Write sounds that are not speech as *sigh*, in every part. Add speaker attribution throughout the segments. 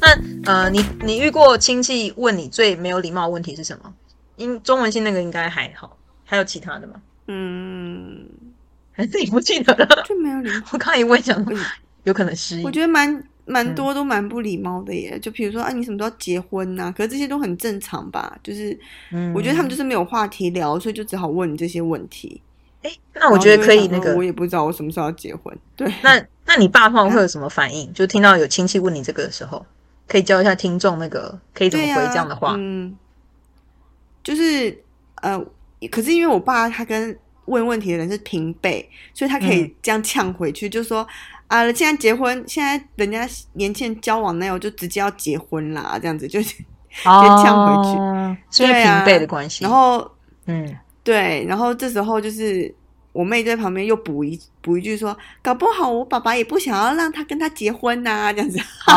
Speaker 1: 那呃，你你遇过亲戚问你最没有礼貌的问题是什么？英中文系那个应该还好，还有其他的吗？
Speaker 2: 嗯，
Speaker 1: 还是你不记得了？
Speaker 2: 这没有礼
Speaker 1: *laughs*
Speaker 2: 貌。
Speaker 1: 我刚一问想说
Speaker 2: 嗯
Speaker 1: 有可能失忆
Speaker 2: 我，觉得蛮
Speaker 1: 嗯
Speaker 2: 蛮多都蛮不礼貌的耶。就比如说啊，你什么时候结婚呐、可是这些都很正常吧？就是
Speaker 1: 嗯
Speaker 2: 我觉得他们就是没有话题聊，所以就只好问你这些问题。
Speaker 1: 哎、那我觉得可以那
Speaker 2: 然后就会想
Speaker 1: 个
Speaker 2: 说我，也不知道我什么时候要结婚。对，
Speaker 1: 那那你爸妈会有什么反应？就听到有亲戚问你这个的时候，可以教一下听众那个可以怎么
Speaker 2: 对
Speaker 1: 回这样的话
Speaker 2: 啊、。嗯，就是呃，可是因为我爸他跟问问题的人是平辈，所以他可
Speaker 1: 嗯
Speaker 2: 以这样呛回去，就说啊，现在结婚，现在人家年轻人交往那种就直接要结婚啦，这样子就是，
Speaker 1: 哦，
Speaker 2: 呛回去
Speaker 1: 是因为
Speaker 2: 对啊
Speaker 1: 平辈的关系。
Speaker 2: 然，后
Speaker 1: 嗯，
Speaker 2: 对，然后这时候就是我妹在旁边又补一补一句说，搞不好我爸爸也不想要让他跟他结婚呐、这样子，
Speaker 1: 哦，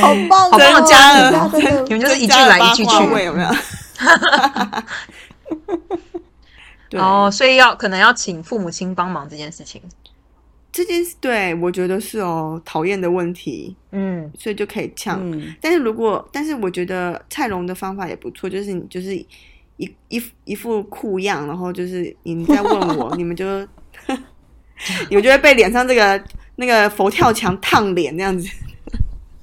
Speaker 3: 好棒哦，
Speaker 1: 好棒的家人
Speaker 3: 大家真的
Speaker 2: *laughs*
Speaker 1: 你们就是一句
Speaker 2: 增加了
Speaker 1: 来
Speaker 2: 八
Speaker 1: 一句
Speaker 2: 卦
Speaker 1: 去。
Speaker 2: 味有没有？ *laughs* 对
Speaker 1: 哦，所以要可能要请父母亲帮忙这件事情。
Speaker 2: 这件事对我觉得是哦，讨厌的问题，
Speaker 1: 嗯，
Speaker 2: 所以就可以呛。
Speaker 3: 嗯，
Speaker 2: 但是如果，但是我觉得蔡龙的方法也不错，就是你就是一一一副酷样，然后就是你在问
Speaker 3: *laughs*
Speaker 2: 我，你们就 *laughs* 你们就会被脸上这个那个佛跳墙烫脸这样
Speaker 3: *laughs*
Speaker 2: 子，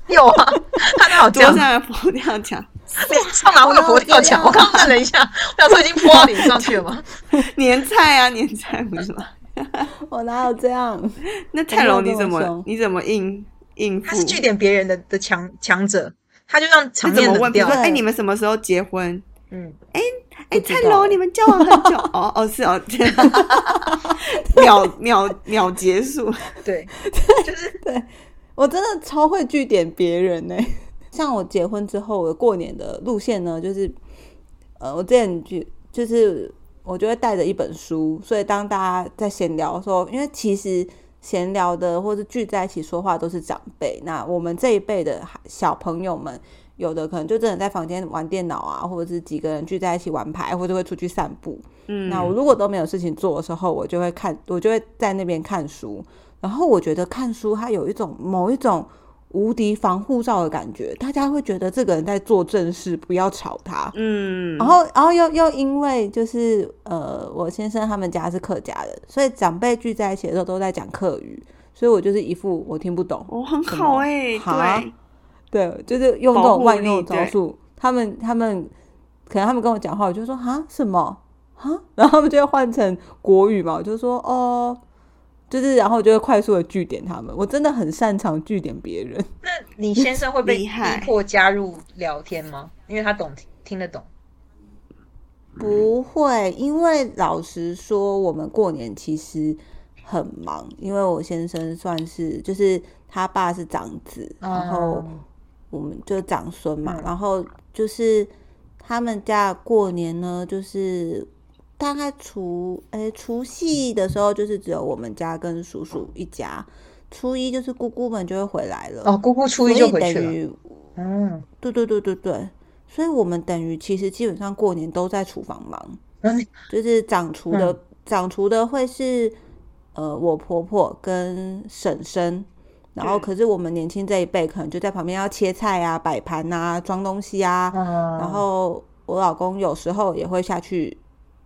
Speaker 1: 有啊， *laughs* 他哪有这
Speaker 2: 桌
Speaker 1: 样
Speaker 2: 上？的佛跳墙，
Speaker 1: 脸上哪会有佛跳墙？我
Speaker 3: 我
Speaker 1: 刚看了一下，我想说已经泼到脸上去了 *laughs* 吗？
Speaker 2: 年菜啊年菜不是
Speaker 3: *laughs*
Speaker 2: 吗？
Speaker 3: *laughs* 我哪有这样？ *laughs*
Speaker 2: 那蔡龙你
Speaker 3: 没有这
Speaker 2: 怎
Speaker 3: 么
Speaker 2: 么
Speaker 3: 凶
Speaker 2: 你怎么应应付
Speaker 1: 他？是据点别人的的强强者，他就让场
Speaker 2: 你怎
Speaker 1: 面
Speaker 2: 么
Speaker 1: 冷
Speaker 2: 问？比如
Speaker 1: 掉
Speaker 2: 说，。哎、
Speaker 3: 对
Speaker 2: 你们什么时候结婚？
Speaker 1: 嗯，
Speaker 2: 哎，
Speaker 3: 不知
Speaker 2: 蔡
Speaker 3: 道
Speaker 2: 龙，你们交往很
Speaker 3: *laughs*
Speaker 2: 久？哦哦，是哦，这样 *laughs* 秒秒秒结束。
Speaker 1: 对，就是
Speaker 3: 我真的超会据点别人呢、 *laughs* 像我结婚之后，我过年的路线呢，就是呃，我之前就就是我就会带着一本书，所以当大家在闲聊的时候，因为其实闲聊的或是聚在一起说话都是长辈，那我们这一辈的孩小朋友们。有的可能就真的在房间玩电脑啊，或者是几个人聚在一起玩牌，或者会出去散步。
Speaker 2: 嗯，
Speaker 3: 那我如果都没有事情做的时候，我就会看，我就会在那边看书。然后我觉得看书它有一种某一种无敌防护罩的感觉，大家会觉得这个人在做正事，不要吵他。
Speaker 2: 嗯，
Speaker 3: 然后，然后又又因为就是呃，我先生他们家是客家人，所以长辈聚在一起的时候都在讲客语，所以我就是一副我听不懂，
Speaker 2: 哦，很
Speaker 3: 什
Speaker 2: 好
Speaker 3: 么啊
Speaker 2: 哎、
Speaker 3: 哈
Speaker 2: 对，
Speaker 3: 对，就是用这
Speaker 2: 保
Speaker 3: 种
Speaker 2: 护
Speaker 3: 万
Speaker 2: 力
Speaker 3: 用的招
Speaker 2: 对
Speaker 3: 数。他们他们可能他们跟我讲话，我就说啊什么啊，然后他们就会换成国语嘛，我就说哦，就是然后我就会快速的据点他们。我真的很擅长据点别人，
Speaker 1: 那你先生会被
Speaker 2: 厉
Speaker 1: 逼
Speaker 2: 害
Speaker 1: 迫加入聊天吗？因为他懂听得懂。
Speaker 3: *laughs* 不会，因为老实说，我们过年其实很忙，因为我先生算是就是他爸是长子，然后。我们就长孙嘛，
Speaker 1: 嗯
Speaker 3: 然后就是他们家过年呢，就是大概除诶除夕的时候，就是只有我们家跟叔叔一家，初一就是姑姑们就会回来了，
Speaker 1: 哦，姑姑初
Speaker 3: 所
Speaker 1: 一
Speaker 3: 以
Speaker 1: 就回去
Speaker 3: 等
Speaker 1: 了。
Speaker 3: 于
Speaker 1: 嗯，
Speaker 3: 对对对对对，所以我们等于其实基本上过年都在厨房忙，
Speaker 1: 那你
Speaker 3: 就是长厨的、
Speaker 1: 嗯
Speaker 3: 长厨的会是呃我婆婆跟婶婶，然后
Speaker 1: 对
Speaker 3: 可是我们年轻这一辈可能就在旁边要切菜啊、摆盘啊、装东西啊，
Speaker 1: 嗯
Speaker 3: 然后我老公有时候也会下去，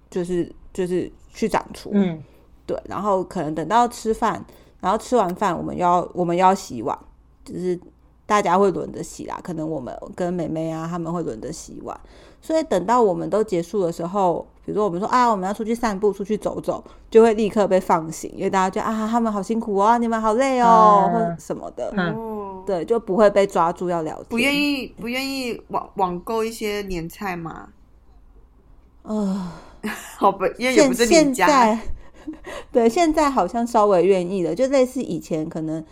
Speaker 3: 就是就是去掌厨，
Speaker 1: 嗯，
Speaker 3: 对，然后可能等到吃饭，然后吃完饭我们要我们要洗碗，就是大家会轮着洗啦，可能我们跟妹妹啊他们会轮着洗碗，所以等到我们都结束的时候，比如说我们说啊我们要出去散步，出去走走，就会立刻被放行，因为大家就啊他们好辛苦哦，你们好累哦，或
Speaker 1: 嗯
Speaker 3: 什么的，
Speaker 1: 嗯
Speaker 2: 哦，
Speaker 3: 对，就不会被抓住要聊天，
Speaker 2: 不愿意不愿意网网购一些年菜嘛？
Speaker 3: 呃
Speaker 2: 好吧，因为也不
Speaker 3: 现
Speaker 2: 是你
Speaker 3: 现
Speaker 2: 家，
Speaker 3: 在，对，现在好像稍微愿意了，就类似以前可能，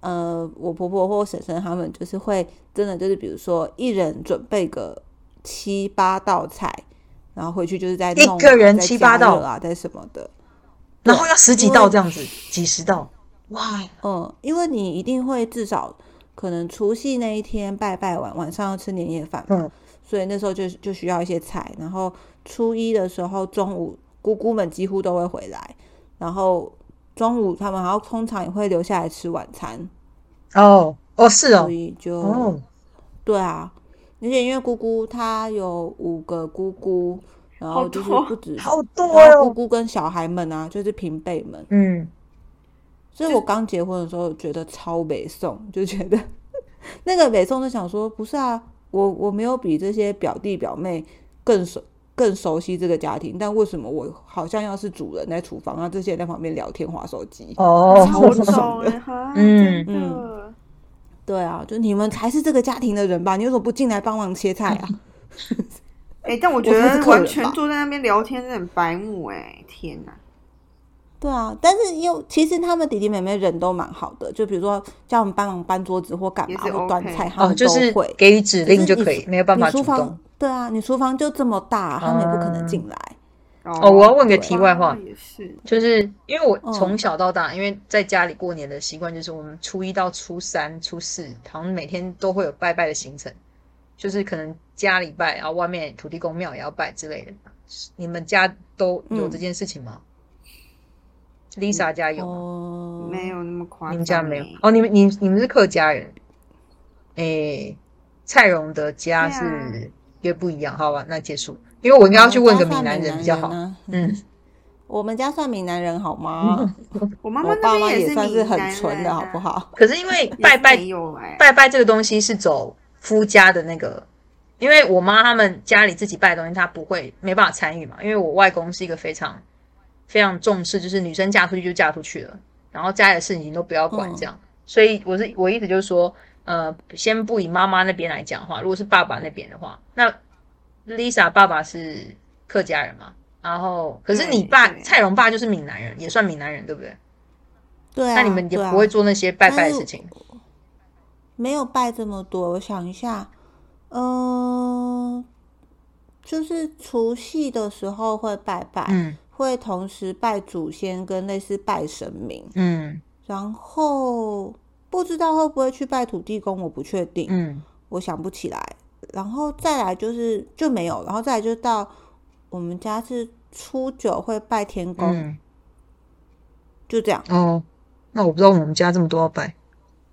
Speaker 3: 呃，我婆婆或婶婶他们就是会真的就是，比如说一人准备个七八道菜，然后回去就是在
Speaker 1: 一
Speaker 3: 弄
Speaker 1: 个
Speaker 3: 啊
Speaker 1: 人
Speaker 3: 再
Speaker 1: 七八
Speaker 3: 加
Speaker 1: 道
Speaker 3: 热啊，在什么的，
Speaker 1: 然后要十几
Speaker 3: 因为
Speaker 1: 道这样子，几十道。哇，
Speaker 3: 嗯，因为你一定会至少可能除夕那一天拜拜完，晚上要吃年夜饭嘛，
Speaker 1: 嗯
Speaker 3: 所以那时候就就需要一些菜。然后初一的时候中午，姑姑们几乎都会回来，然后中午他们好像通常也会留下来吃晚餐，
Speaker 1: 哦哦是哦
Speaker 3: 所，以就、
Speaker 1: 哦
Speaker 3: 对啊，而且因为姑姑她有五个姑姑，然后就是
Speaker 2: 好多
Speaker 3: 不止，
Speaker 1: 好多
Speaker 3: 然后姑
Speaker 1: 哦，
Speaker 3: 姑跟小孩们啊，就是平辈们。
Speaker 1: 嗯，
Speaker 3: 所以我刚结婚的时候觉得超北宋，就觉得 *laughs* 那个北宋就想说，不是啊，我我没有比这些表弟表妹更熟更熟悉这个家庭，但为什么我好像要是主人在厨房，啊，这些人在旁边聊天划手机？
Speaker 1: 哦，
Speaker 2: 超
Speaker 3: 不
Speaker 2: 懂
Speaker 3: 爽的
Speaker 2: 哎哈，
Speaker 3: *laughs*
Speaker 1: 嗯
Speaker 2: 真的，
Speaker 3: 对啊，就你们才是这个家庭的人吧？你为什么不进来帮忙切菜啊？ *laughs*
Speaker 2: 哎，但我觉
Speaker 3: 我才是
Speaker 2: 得
Speaker 3: 客人
Speaker 2: 完全
Speaker 3: 吧
Speaker 2: 坐在那边聊天是很白目哎，天哪！
Speaker 3: 对啊，但是又其实他们弟弟妹妹人都蛮好的，就比如说叫我们帮忙搬桌子或干嘛，
Speaker 2: 也是
Speaker 3: 或端
Speaker 2: OK
Speaker 3: 菜，他
Speaker 1: 哦
Speaker 3: 们
Speaker 1: 就
Speaker 3: 都
Speaker 1: 是
Speaker 3: 会。
Speaker 1: 给予指令
Speaker 3: 是
Speaker 1: 就
Speaker 3: 你
Speaker 1: 可以，
Speaker 3: 厨
Speaker 1: 没有办
Speaker 3: 你
Speaker 1: 法
Speaker 3: 厨
Speaker 1: 主动
Speaker 3: 房。对啊，你厨房就这么大，他们也不可能进来。
Speaker 1: 哦，我要问个
Speaker 3: 对
Speaker 1: 题外话
Speaker 2: 哦，也是，
Speaker 1: 就是因为我
Speaker 3: 嗯
Speaker 1: 从小到大，因为在家里过年的习惯就是我们初一到初三、初四，好像每天都会有拜拜的行程，就是可能家里拜，然后外面土地公庙也要拜之类的。你们家都
Speaker 3: 嗯
Speaker 1: 有这件事情吗、l i s a 家有吗？
Speaker 3: 哦，
Speaker 2: 没有那么夸张哎。
Speaker 1: 你们家没有？哦，你们你你们是客家人，诶，蔡荣的家
Speaker 2: 对啊
Speaker 1: 是也不一样，好吧？那结束，因为我应该要去问个
Speaker 3: 我们
Speaker 1: 闽
Speaker 3: 家
Speaker 1: 南
Speaker 3: 算
Speaker 1: 人比较好。
Speaker 3: 啊
Speaker 1: 嗯，
Speaker 3: 我们家算闽南人好
Speaker 1: *laughs*
Speaker 3: 吗？
Speaker 2: 我妈妈
Speaker 3: 我爸
Speaker 2: 那
Speaker 3: 妈
Speaker 2: 边
Speaker 3: 算
Speaker 2: 是
Speaker 3: 是
Speaker 2: 闽
Speaker 3: 很
Speaker 2: 南
Speaker 3: 纯
Speaker 2: 人
Speaker 3: 的
Speaker 2: 啊
Speaker 3: 好不？好？
Speaker 1: 可是因为
Speaker 2: 也是
Speaker 1: 拜拜
Speaker 2: 没有哎，
Speaker 1: 拜拜这个东西是走夫家的那个，因为我妈他们家里自己拜的东西，她不会没办法参与嘛。因为我外公是一个非常非常重视，就是女生嫁出去就嫁出去了，然后家里的事情都不要管
Speaker 3: 嗯
Speaker 1: 这样。所以我是我意思就是说，呃，先不以妈妈那边来讲话，如果是爸爸那边的话，那 Lisa 爸爸是客家人嘛，然后可是你
Speaker 2: 对
Speaker 1: 爸
Speaker 2: 对
Speaker 1: 蔡荣爸就是闽南人，也算闽南人对不对？
Speaker 3: 对啊，
Speaker 1: 那你们也
Speaker 3: 对啊
Speaker 1: 不会做那些拜拜
Speaker 3: 但
Speaker 1: 的
Speaker 3: 是
Speaker 1: 事情。
Speaker 3: 没有拜这么多，我想一下，嗯、就是除夕的时候会拜拜，
Speaker 1: 嗯
Speaker 3: 会同时拜祖先跟类似拜神明，
Speaker 1: 嗯
Speaker 3: 然后不知道会不会去拜土地公，我不确定，
Speaker 1: 嗯
Speaker 3: 我想不起来。然后再来就是就没有，然后再来就到我们家是初九会拜天公，
Speaker 1: 嗯。
Speaker 3: 就这样。
Speaker 1: 哦，那我不知道我们家这么多要拜，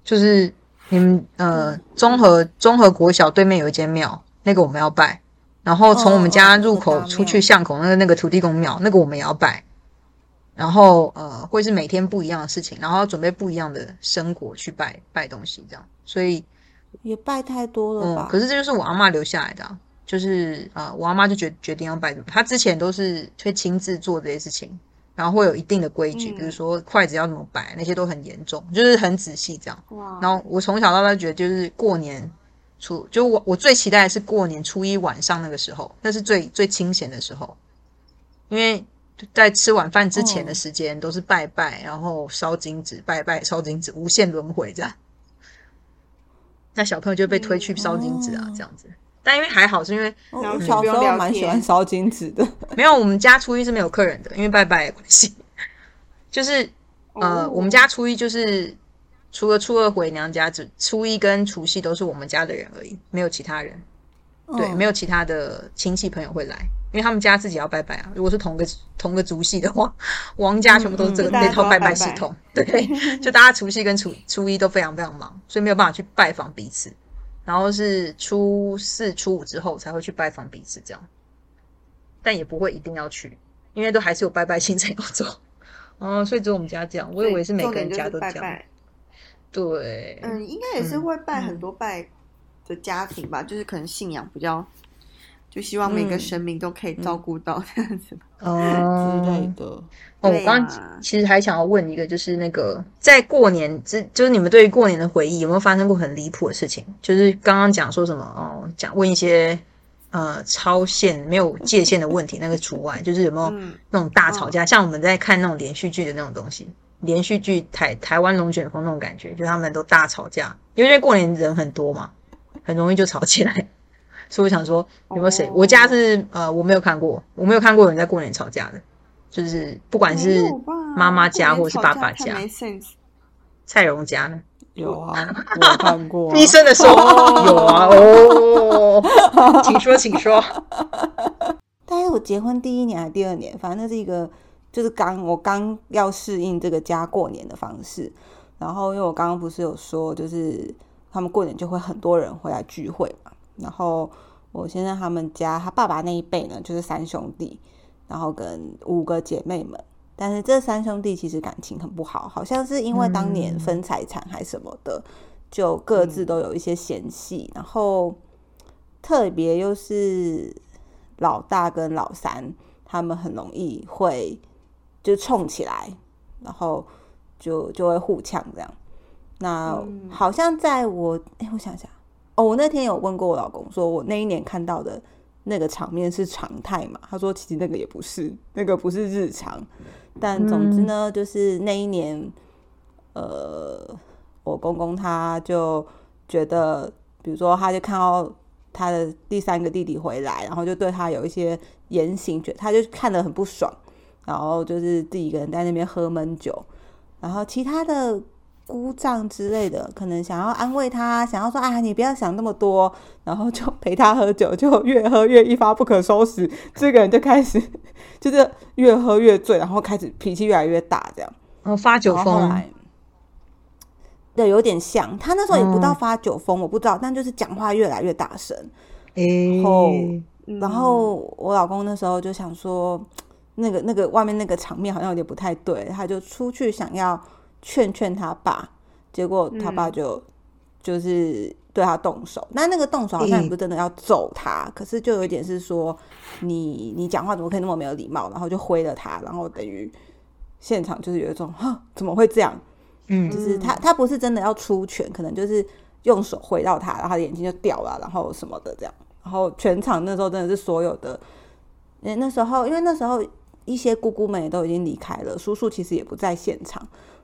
Speaker 1: 就是你们呃综合综合国小对面有一间庙，那个我们要拜，然后从我们家
Speaker 3: 哦哦
Speaker 1: 入
Speaker 3: 那
Speaker 1: 口
Speaker 3: 个大
Speaker 1: 出
Speaker 3: 庙
Speaker 1: 去巷口那个那个土地公庙，那个我们也要拜，然后呃会是每天不一样的事情，然后要准备不一样的生果去拜拜东西这样，所以
Speaker 3: 也拜太多了
Speaker 1: 嗯，
Speaker 3: 吧？
Speaker 1: 可是这就是我阿嬷留下来的啊、就是呃，我阿妈就决决定要拜什么，她之前都是会亲自做这些事情，然后会有一定的规矩，比如
Speaker 2: 嗯
Speaker 1: 说筷子要怎么摆，那些都很严重，就是很仔细这样。
Speaker 2: 哇，
Speaker 1: 然后我从小到大觉得，就是过年初，就我我最期待的是过年初一晚上那个时候，那是最最清闲的时候，因为在吃晚饭之前的
Speaker 3: 哦
Speaker 1: 时间都是拜拜，然后烧金纸，拜拜烧金纸，无限轮回这样。那小朋友就被推去
Speaker 2: 嗯
Speaker 1: 烧金纸啊，
Speaker 3: 哦
Speaker 1: 这样子。但因为还好，是因为
Speaker 3: 哦
Speaker 2: 然
Speaker 3: 我
Speaker 2: 后就
Speaker 3: 小
Speaker 2: 不
Speaker 3: 时
Speaker 2: 用
Speaker 3: 候
Speaker 2: 聊
Speaker 3: 蛮喜
Speaker 2: 天
Speaker 3: 欢烧金纸的，
Speaker 1: 没有我们家初一是没有客人的，因为拜拜的关系， *laughs* 就是呃，
Speaker 2: 哦
Speaker 1: 我们家初一就是除了初二回娘家，只初一跟除夕都是我们家的人而已，没有其他人。 *laughs* 对，
Speaker 3: 嗯
Speaker 1: 没有其他的亲戚朋友会来，因为他们家自己要拜拜啊。如果是同个同个族系的话，王家全部都是这个、
Speaker 2: 嗯嗯
Speaker 1: 那套拜拜系
Speaker 2: 大家都
Speaker 1: 统。对，就大家除夕跟初初一都非常非常忙，所以没有办法去拜访彼此。然后是初四、初五之后才会去拜访彼此，这样，但也不会一定要去，因为都还是有拜拜行程要走。哦，所以只有我们家这样，我以为是每个人家都这
Speaker 2: 拜
Speaker 1: 样。
Speaker 2: 拜，
Speaker 1: 对，
Speaker 2: 嗯，应该也是会拜
Speaker 1: 嗯
Speaker 2: 很多拜的家庭吧，就是可能信仰比较，就希望每个
Speaker 1: 嗯
Speaker 2: 神明都可以照顾到这样子吧。
Speaker 1: 哦
Speaker 3: 之类的。
Speaker 1: 哦，我
Speaker 2: 对
Speaker 1: 刚
Speaker 2: 啊
Speaker 1: 刚其实还想要问一个，就是那个在过年之，就是你们对于过年的回忆有没有发生过很离谱的事情？就是刚刚讲说什么哦，讲问一些呃超限没有界限的问题，那个除外，就是有没有
Speaker 2: 嗯，
Speaker 1: 那种大吵架？像我们在看那种连续剧的那种东西，连续剧台台湾龙卷风那种感觉，就是他们都大吵架，因为过年人很多嘛，很容易就吵起来。 *laughs* 所以我想说，有没有
Speaker 3: 哦
Speaker 1: 谁？我家是呃，我没有看过，我没有看过有人在过年吵架的，就是不管
Speaker 2: 没
Speaker 1: 是
Speaker 2: 有吧
Speaker 1: 妈妈家
Speaker 2: 过年
Speaker 1: 或是
Speaker 2: 吵
Speaker 1: 爸
Speaker 2: 架
Speaker 1: 爸
Speaker 2: 太
Speaker 1: 家
Speaker 2: 没 sense。
Speaker 1: 蔡荣家呢，
Speaker 3: 有啊，我有
Speaker 1: *laughs*
Speaker 3: 看过、啊。
Speaker 1: 低声的
Speaker 3: *laughs*
Speaker 1: 说：“有啊，哦，请说，请说。
Speaker 3: 大概是我结婚第一年还是第二年，反正那是一个就是刚我刚要适应这个家过年的方式。然后因为我刚刚不是有说，就是他们过年就会很多人会来聚会嘛。然后我先生他们家他爸爸那一辈呢，就是三兄弟，然后跟五个姐妹们。但是这三兄弟其实感情很不好，好像是因为当年分财产还什么的，就各自都有一些嫌隙。然后特别又是老大跟老三，他们很容易会就冲起来，然后就就会互呛这样。那
Speaker 2: 嗯
Speaker 3: 好像在我哎、我想想，哦，我那天有问过我老公，说我那一年看到的那个场面是常态嘛？他说其实那个也不是，那个不是日常。但总之呢，就是那一年，呃，我公公他就觉得，比如说，他就看到他的第三个弟弟回来，然后就对他有一些言行，觉他就看得很不爽，然后就是自己一个人在那边喝闷酒，然后其他的姑丈之类的，可能想要安慰他，想要说啊，你不要想那么多，然后就陪他喝酒，就越喝越一发不可收拾，
Speaker 1: *laughs*
Speaker 3: 这个人就开始 *laughs* 就是越喝越醉，然后开始脾气越来越大，这样。
Speaker 1: 哦，发酒
Speaker 3: 然后后
Speaker 1: 疯
Speaker 3: 来，对，有点像他那时候也不到
Speaker 1: 嗯
Speaker 3: 发酒疯，我不知道，但就是讲话越来越大声。
Speaker 1: 诶，
Speaker 3: 后
Speaker 2: 嗯
Speaker 3: 然后我老公那时候就想说，那个那个外面那个场面好像有点不太对，他就出去想要劝劝他爸，结果他爸
Speaker 2: 嗯
Speaker 3: 就、就是对他动手。那那个动手好像也不是真的要揍他，可是就有一点是说，你你讲话怎么可以那么没有礼貌，然后就挥了他，然后等于现场就是有一种哈怎么会这样，
Speaker 1: 嗯
Speaker 3: 就是他他不是真的要出拳，可能就是用手挥到他，然后他的眼睛就掉了，然后什么的这样。然后全场那时候真的是所有的，那那时候因为那时候一些姑姑们也都已经离开了，叔叔其实也不在现场，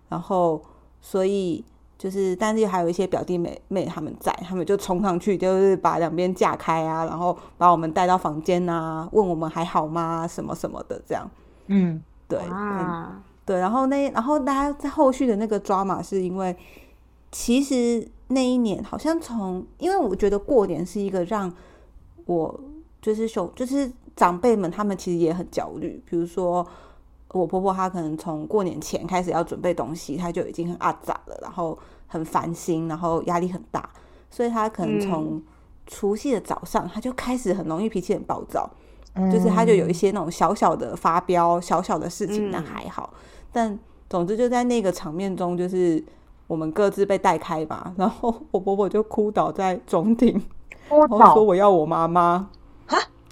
Speaker 3: 然后所以就是但是还有一些表弟妹妹他们在，他们就冲上去就是把两边架开啊，然后把我们带到房间啊，问我们还好吗，什么什么的这样。
Speaker 1: 嗯，
Speaker 3: 对，
Speaker 1: *laughs*
Speaker 3: 嗯
Speaker 2: 啊，
Speaker 3: 对，然后那然后大家在后续的那个抓马，是因为其实那一年好像从，因为我觉得过年是一个让我就是兄就是长辈们他们其实也很焦虑，比如说我婆婆她可能从过年前开始要准备东西，她就已经很阿杂了，然后很烦心，然后压力很大，所以她可能从除夕的早上，她就开始很容易脾气很暴躁。就是他就
Speaker 1: 嗯
Speaker 3: 有一些那种小小的发飙、小小的事情，
Speaker 2: 嗯
Speaker 3: 那还好。但总之就在那个场面中，就是我们各自被带开吧。然后我婆婆就哭倒在中庭，
Speaker 1: 我
Speaker 3: 然后说我要我妈妈，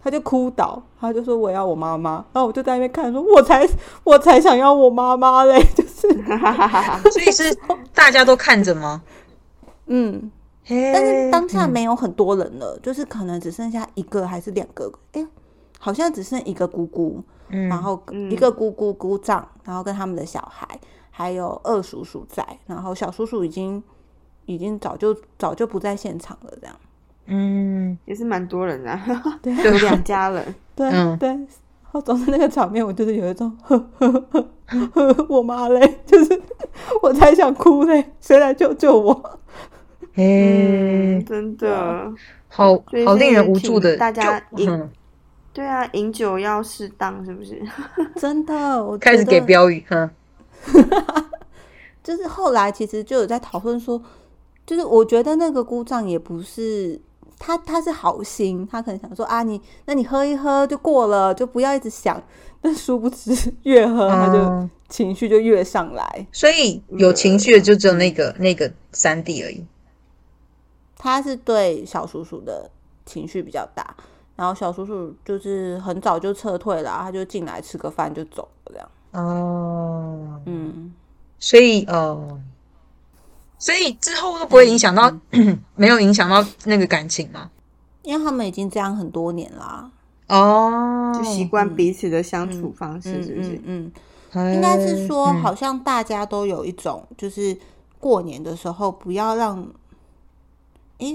Speaker 3: 她就哭倒，她就说我要我妈妈。然后我就在那边看，说我才我才想要我妈妈嘞， *laughs* 就是
Speaker 1: *laughs* 所以是大家都看着吗？
Speaker 3: 嗯，
Speaker 1: 嘿
Speaker 3: 但是当
Speaker 1: 嗯
Speaker 3: 下没有很多人了，就是可能只剩下一个还是两个，哎、好像只剩一个姑姑。
Speaker 1: 嗯
Speaker 3: 然后
Speaker 2: 嗯
Speaker 3: 一个姑姑姑丈，然后跟他们的小孩，还有二叔叔在，然后小叔叔已经已经早就早就不在现场了，这样。
Speaker 1: 嗯，
Speaker 2: 也是蛮多人啊，
Speaker 1: *laughs*
Speaker 3: 对
Speaker 2: 有两家人，
Speaker 3: 对、
Speaker 1: 嗯
Speaker 3: 对，然后总之那个场面，我就是有一种呵呵呵呵呵，我妈嘞，就是 *laughs* 我才想哭嘞，谁来救救我？
Speaker 1: 诶
Speaker 2: 嗯，，真的，
Speaker 1: 啊好
Speaker 2: 所以
Speaker 1: 好
Speaker 2: 是
Speaker 1: 令人无助的，
Speaker 2: 请大家
Speaker 1: 就
Speaker 2: 饮
Speaker 1: 嗯
Speaker 2: 对啊，饮酒要适当，是不是？
Speaker 3: 真的，我
Speaker 1: 开始
Speaker 3: 觉
Speaker 1: 给
Speaker 3: 得
Speaker 1: 标语，嗯
Speaker 3: 就是后来其实就有在讨论说，就是我觉得那个姑丈也不是他，他是好心，他可能想说啊，你那你喝一喝就过了，就不要一直想。 *laughs* 但殊不知越喝他就
Speaker 1: 嗯
Speaker 3: 情绪就越上来，
Speaker 1: 所以有情绪的就只有那个那个三弟而已。
Speaker 3: 他是对小叔叔的情绪比较大。然后小叔叔就是很早就撤退了啊，他就进来吃个饭就走了这样。
Speaker 1: 哦，
Speaker 3: 嗯，
Speaker 1: 所以哦，所以之后都不会影响到，
Speaker 3: 嗯
Speaker 1: *clears throat* 没有影响到那个感情嘛？
Speaker 3: 因为他们已经这样很多年啦、啊
Speaker 1: 哦，
Speaker 2: 就习惯彼此的相处方式，是不是
Speaker 3: 嗯？嗯嗯
Speaker 1: 哎
Speaker 3: 应该是说，
Speaker 1: 嗯
Speaker 3: 好像大家都有一种，就是过年的时候不要让，诶、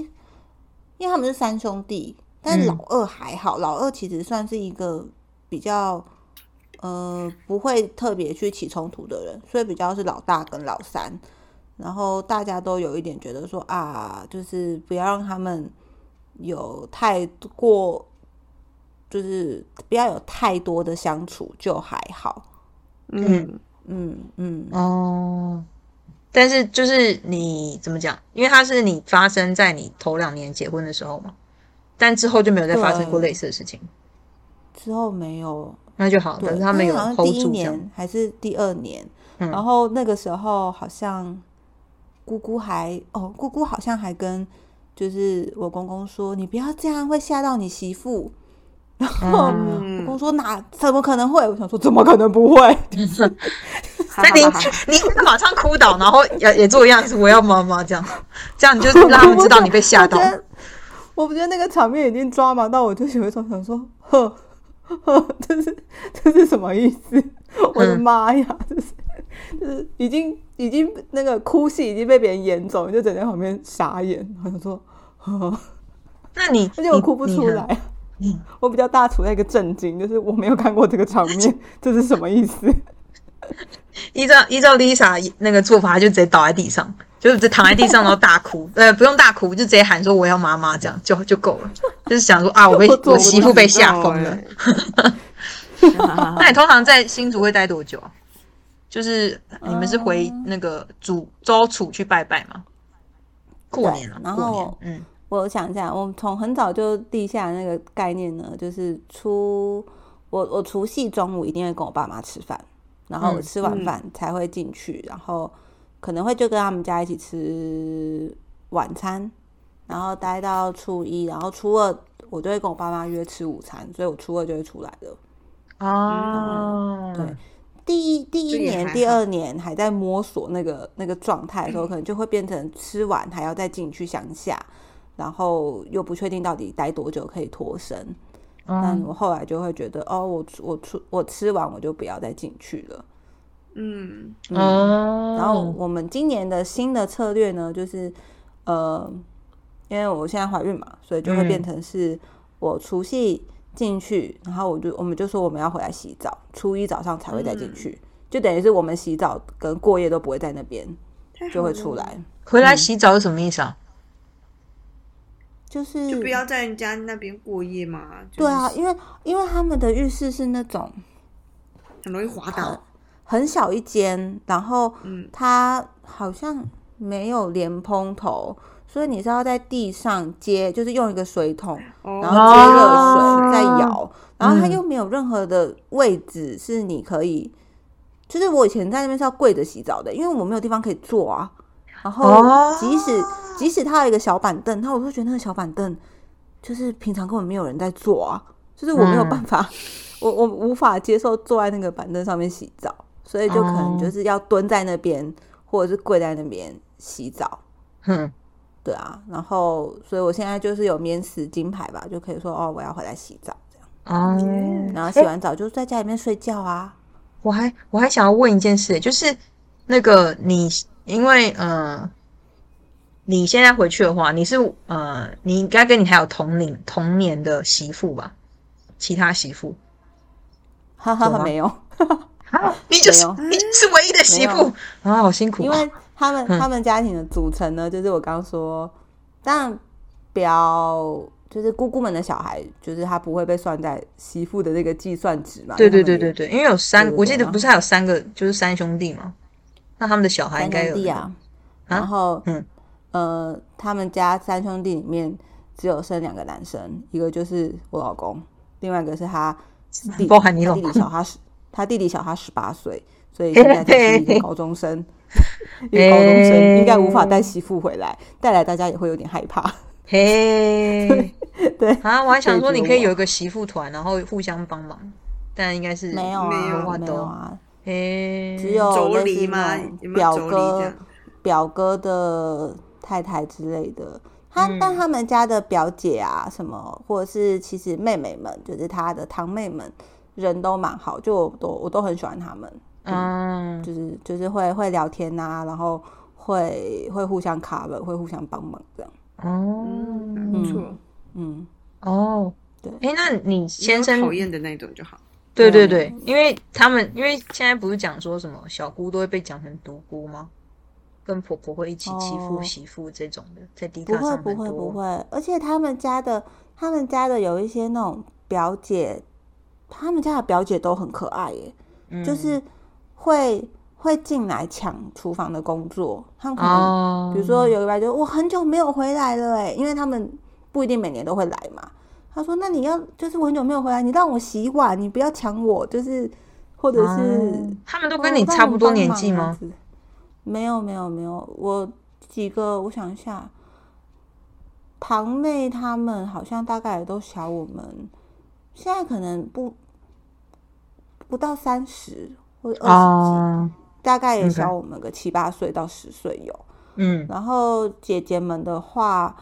Speaker 3: 因为他们是三兄弟，但
Speaker 1: 嗯
Speaker 3: 老二还好，老二其实算是一个比较，呃，不会特别去起冲突的人，所以比较是老大跟老三。然后大家都有一点觉得说啊，就是不要让他们有太过，就是不要有太多的相处就还好。
Speaker 2: 嗯，
Speaker 3: 嗯嗯，
Speaker 1: 哦，但是就是你怎么讲？因为它是你发生在你头两年结婚的时候嘛，但之后就没有再发生过
Speaker 3: 对
Speaker 1: 类似的事情，
Speaker 3: 之后没有，
Speaker 1: 那就好。
Speaker 3: 对，
Speaker 1: 但是哦他们有
Speaker 3: 因为好像
Speaker 1: hold
Speaker 3: 第一
Speaker 1: 住这样，
Speaker 3: 年还是第二年，
Speaker 1: 嗯
Speaker 3: 然后那个时候好像姑姑还哦，姑姑好像还跟就是我公公说，你不要这样会吓到你媳妇。然后
Speaker 1: 嗯
Speaker 3: 我公说哪怎么可能会？我想说怎么可能不会？
Speaker 2: 好
Speaker 1: 那你
Speaker 2: 好好好
Speaker 1: 你马上哭倒，然后也也做一样是我要妈妈这样，这样你就让他们知道你被吓到
Speaker 3: 我。觉得，我觉得那个场面已经抓马到我，就是有一种想说，呵，呵，这是 *laughs* 这是什么意思？
Speaker 1: 嗯
Speaker 3: 我的妈呀，这是就是已经已经那个哭戏已经被别人演走，你就整在旁边傻眼，我想说，呵，
Speaker 1: 那你
Speaker 3: 而且我哭不出来。，
Speaker 1: 你嗯你
Speaker 3: *laughs* 我比较大处在一个震惊，就是我没有看过这个场
Speaker 1: *laughs*
Speaker 3: 面，这是什么意思？
Speaker 1: 依照依照 Lisa 那个做法，她就直接倒在地上，就是直接躺在地上，然后大
Speaker 3: *laughs*
Speaker 1: 哭。呃，不用大哭，就直接喊说我要妈妈，这样就就够了。就是想说
Speaker 3: *laughs*
Speaker 1: 啊，我被
Speaker 3: 我做
Speaker 1: 我
Speaker 3: 不
Speaker 1: 媳妇被吓
Speaker 2: 哎
Speaker 1: 疯
Speaker 2: *laughs*
Speaker 3: 哎
Speaker 1: 了。那你通常在新竹会待多久啊？就是你们是回那个祖周楚去拜拜吗？过年啊，
Speaker 3: 对然
Speaker 1: 过
Speaker 3: 后
Speaker 1: 年，嗯，
Speaker 3: 我想一下，我们从很早就立下那个概念呢，就是初我我除夕中午一定会跟我爸妈吃饭，然后我
Speaker 1: 嗯
Speaker 3: 吃完饭才会进去，然后可能会就跟他们家一起吃晚餐，然后待到初一，然后初二我就会跟我爸妈约吃午餐，所以我初二就会出来了。
Speaker 1: 哦，
Speaker 3: 嗯对第一第一
Speaker 2: 这也还
Speaker 3: 年、
Speaker 2: 好嗯
Speaker 3: 第二年还在摸索那个那个状态的时候，可能就会变成吃完还要再进去乡下，然后又不确定到底待多久可以脱身。但
Speaker 1: 嗯，
Speaker 3: 我后来就会觉得，哦，我我出我吃完我就不要再进去了。
Speaker 2: *laughs* 嗯，
Speaker 3: 嗯
Speaker 1: 哦，
Speaker 3: 然后我们今年的新的策略呢，就是呃，因为我现在怀孕嘛，所以就会
Speaker 1: 嗯
Speaker 3: 变成是我除夕进去，然后我就我们就说我们要回来洗澡，初一早上才会再
Speaker 2: 嗯
Speaker 3: 进去，就等于是我们洗澡跟过夜都不会在那边，就会
Speaker 2: 嗯
Speaker 3: 出来，
Speaker 1: 回来洗澡是什么意思啊？
Speaker 3: 就是
Speaker 2: 嗯就不要在人家那边过夜嘛。就是
Speaker 3: 对啊，因为因为他们的浴室是那种
Speaker 2: 很容易滑倒。
Speaker 3: 很小一间，然后
Speaker 2: 嗯
Speaker 3: 它好像没有连蓬头，所以你是要在地上接，就是用一个水桶，
Speaker 2: 哦，
Speaker 3: 然后接热
Speaker 1: 哦
Speaker 3: 水再舀，然后它
Speaker 1: 嗯
Speaker 3: 又没有任何的位置是你可以，就是我以前在那边是要跪着洗澡的，因为我没有地方可以坐啊。然后
Speaker 1: 哦
Speaker 3: 即使、即使它有一个小板凳，那我就觉得那个小板凳就是平常根本没有人在坐啊，就是我没有
Speaker 1: 嗯
Speaker 3: 办法，我我无法接受坐在那个板凳上面洗澡，所以就可能
Speaker 1: 哦
Speaker 3: 就是要蹲在那边、或者是跪在那边洗澡。
Speaker 1: 哼，
Speaker 3: 对啊，然后所以我现在就是有免死金牌吧，就可以说哦，我要回来洗澡这样，
Speaker 1: 哦，
Speaker 2: 嗯
Speaker 3: 然后洗完澡就在家里面睡觉啊。
Speaker 1: 我还我还想要问一件事，就是那个你，因为呃，你现在回去的话，你是呃，你应该跟你还有同龄同年的媳妇吧？其他媳妇，
Speaker 3: 哈哈
Speaker 1: 有
Speaker 3: 哈，
Speaker 1: 吗
Speaker 3: 没
Speaker 1: *laughs*
Speaker 3: 有，
Speaker 1: 你就是
Speaker 3: 啊没
Speaker 1: 你就是唯一的媳妇啊，好辛苦
Speaker 3: 因
Speaker 1: 啊！
Speaker 3: 为他们
Speaker 1: 嗯
Speaker 3: 他们家庭的组成呢，就是我刚刚说，但表就是姑姑们的小孩，就是他不会被算在媳妇的这个计算值嘛。
Speaker 1: 对
Speaker 3: 因
Speaker 1: 对
Speaker 3: 为他们
Speaker 1: 对对对，因为有三，
Speaker 3: 对对
Speaker 1: 我记得
Speaker 3: 对
Speaker 1: 不是还有三个，就是三兄弟嘛，那他们的小孩应该
Speaker 3: 三兄
Speaker 1: 有
Speaker 3: 弟啊，然后
Speaker 1: 嗯
Speaker 3: 呃，他们家三兄弟里面只有生两个男生，一个就是我老公，另外一个是他弟，
Speaker 1: *laughs* 包含你
Speaker 3: 他
Speaker 1: 老
Speaker 3: 弟弟
Speaker 1: 公
Speaker 3: 小他十，他弟弟小他十八岁，
Speaker 1: *laughs*
Speaker 3: 所以现在他是一个高中生， *laughs* 一个高中
Speaker 1: 哎
Speaker 3: 生应该无法带媳妇回来，带来大家也会有点害怕。
Speaker 1: 嘿，
Speaker 3: *laughs* 对
Speaker 1: 啊，我还想说你
Speaker 3: 对只有
Speaker 1: 可以
Speaker 3: 我
Speaker 1: 有一个媳妇团，然后互相帮忙，但应该是
Speaker 3: 没有
Speaker 2: 没有
Speaker 3: 啊，
Speaker 1: 啊
Speaker 3: 没有啊，
Speaker 1: 嘿，
Speaker 3: 只有
Speaker 2: 嗯妯娌
Speaker 3: 类似
Speaker 2: 吗
Speaker 3: 那种
Speaker 2: 有没有
Speaker 3: 表
Speaker 2: 妯娌这
Speaker 3: 哥
Speaker 2: 样、
Speaker 3: 表哥的太太之类的。他、
Speaker 1: 嗯
Speaker 3: 但他们家的表姐啊，什么或者是其实妹妹们，就是他的堂妹们，人都蛮好，就我都我都很喜欢他们，
Speaker 1: 嗯，
Speaker 3: 就是就是会会聊天呐、然后会会互相 cover，会互相帮忙这样。
Speaker 1: 哦，
Speaker 2: 嗯，还不错。
Speaker 3: 嗯，
Speaker 1: 哦，
Speaker 3: 对
Speaker 1: 哎，那你
Speaker 2: 没有
Speaker 1: 先生
Speaker 2: 讨，厌的那种就好。
Speaker 1: 对对
Speaker 3: 没有
Speaker 1: 对，因为他们因为现在不是讲说什么小姑都会被讲成独姑吗？跟婆婆会一起欺负
Speaker 3: 哦
Speaker 1: 媳妇这种的，在迪
Speaker 3: 不
Speaker 1: 卡
Speaker 3: 会
Speaker 1: 上
Speaker 3: 不
Speaker 1: 蛮
Speaker 3: 会不
Speaker 1: 多。
Speaker 3: 会，而且他们家的他们家的有一些那种表姐，他们家的表姐都很可爱耶，
Speaker 1: 嗯
Speaker 3: 就是会会进来抢厨房的工作，他们可能、
Speaker 1: 哦，
Speaker 3: 比如说有个表姐，我很久没有回来了哎，因为他们不一定每年都会来嘛。他说：“那你要就是我很久没有回来，你让我洗碗，你不要抢我，就是或者是、
Speaker 1: 哦他们都跟
Speaker 3: 哦
Speaker 1: 你
Speaker 3: 让
Speaker 1: 差
Speaker 3: 我
Speaker 1: 不多
Speaker 3: 帮
Speaker 1: 年
Speaker 3: 忙
Speaker 1: 纪
Speaker 3: 这样
Speaker 1: 吗？
Speaker 3: 子？没有没有没有，我几个我想一下，堂妹她们好像大概也都小我们，现在可能不不到三十或者二十几，
Speaker 1: 哦，
Speaker 3: 大概也
Speaker 1: OK
Speaker 3: 小我们个七八岁到十岁有。
Speaker 1: 嗯，
Speaker 3: 然后姐姐们的话，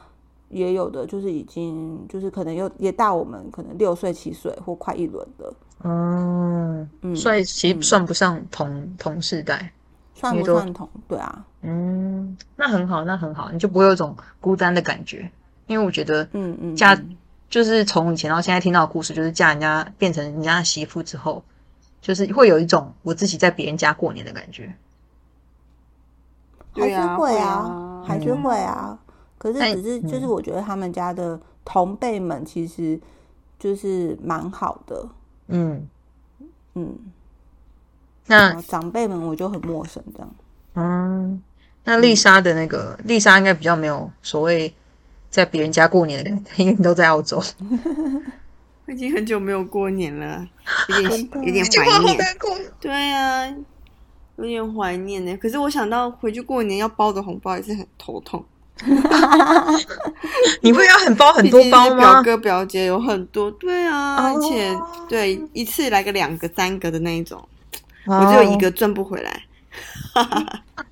Speaker 3: 也有的就是已经就是可能又也大我们可能六岁七岁或快一轮了，
Speaker 1: 哦，
Speaker 3: 嗯，
Speaker 1: 所以其实
Speaker 3: 嗯
Speaker 1: 算不上同同世代。
Speaker 3: 算
Speaker 1: 也
Speaker 3: 不
Speaker 1: 都
Speaker 3: 算同？对啊，
Speaker 1: 嗯，那很好，那很好，你就不会有一种孤单的感觉，因为我觉得
Speaker 3: 嗯嗯，
Speaker 1: 嫁
Speaker 3: 嗯
Speaker 1: 就是从以前到现在听到的故事，就是嫁人家变成人家的媳妇之后，就是会有一种我自己在别人家过年的感觉。
Speaker 3: 还
Speaker 2: 对
Speaker 3: 是
Speaker 2: 啊
Speaker 3: 会
Speaker 2: 会
Speaker 3: 啊
Speaker 2: 啊，
Speaker 3: 还是会啊。可是
Speaker 1: 那
Speaker 3: 只是就是
Speaker 1: 嗯
Speaker 3: 我觉得他们家的同辈们其实就是蛮好的，
Speaker 1: 嗯，
Speaker 3: 嗯，
Speaker 2: 嗯
Speaker 3: 然
Speaker 1: 那
Speaker 3: 后长辈们我就很陌生这样。
Speaker 1: 嗯，那丽莎的那个丽莎应该比较没有所谓在别人家过年的感觉，因为你都在澳洲，
Speaker 2: 我已经很久没有过年了，有点
Speaker 3: 的
Speaker 2: 有点
Speaker 1: 哇
Speaker 2: 怀
Speaker 1: 好
Speaker 2: 念。
Speaker 1: 难过。
Speaker 2: 对啊，有点怀念呢。可是我想到回去过年要包的红包也是很头痛，
Speaker 1: *laughs* 你会要很包很多
Speaker 2: 毕竟
Speaker 1: 包
Speaker 2: 是
Speaker 1: 吗
Speaker 2: 表？哥表姐有很多，对啊，
Speaker 1: 哦
Speaker 2: 而且对一次来个两个三个的那一种，我
Speaker 1: 哦
Speaker 2: 只有一个赚不回来。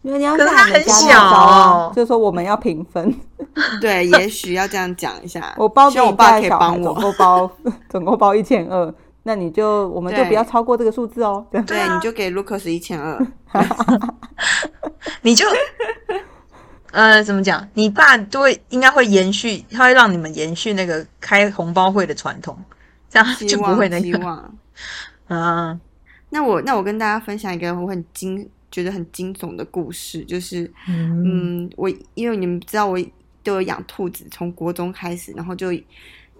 Speaker 3: 因为你要
Speaker 1: 可是
Speaker 3: 像
Speaker 1: 它
Speaker 3: 我们
Speaker 1: 很
Speaker 3: 家那
Speaker 1: 小
Speaker 3: 样教啊
Speaker 1: 哦
Speaker 3: 就说我们要平分，
Speaker 2: 对，也许要这样讲一下。
Speaker 3: *laughs* 我包
Speaker 2: 希
Speaker 3: 给
Speaker 2: 望我
Speaker 3: 你
Speaker 2: 爸
Speaker 3: 带
Speaker 2: 可以
Speaker 3: 小孩
Speaker 2: 帮
Speaker 3: 总
Speaker 2: 我。
Speaker 3: 共包 *laughs* 总共包一千二，那你就我们就
Speaker 2: 对
Speaker 3: 不要超过这个数字哦。
Speaker 2: *laughs*
Speaker 3: 这样
Speaker 1: 对
Speaker 2: 对，
Speaker 1: 啊
Speaker 2: 你就给 Lucas 一千二。
Speaker 1: 你 *laughs* 就，呃，怎么讲？你爸就会应该会延续，他会让你们延续那个开红包会的传统，这样
Speaker 2: 希
Speaker 1: 就不
Speaker 2: 望
Speaker 1: 会那
Speaker 2: 希
Speaker 1: 个。
Speaker 2: 望。
Speaker 1: *laughs* 嗯，
Speaker 2: 那我那我跟大家分享一个我很惊觉得很惊悚的故事，就是
Speaker 1: 嗯
Speaker 2: 嗯，我因为你们知道我都有养兔子，从国中开始，然后就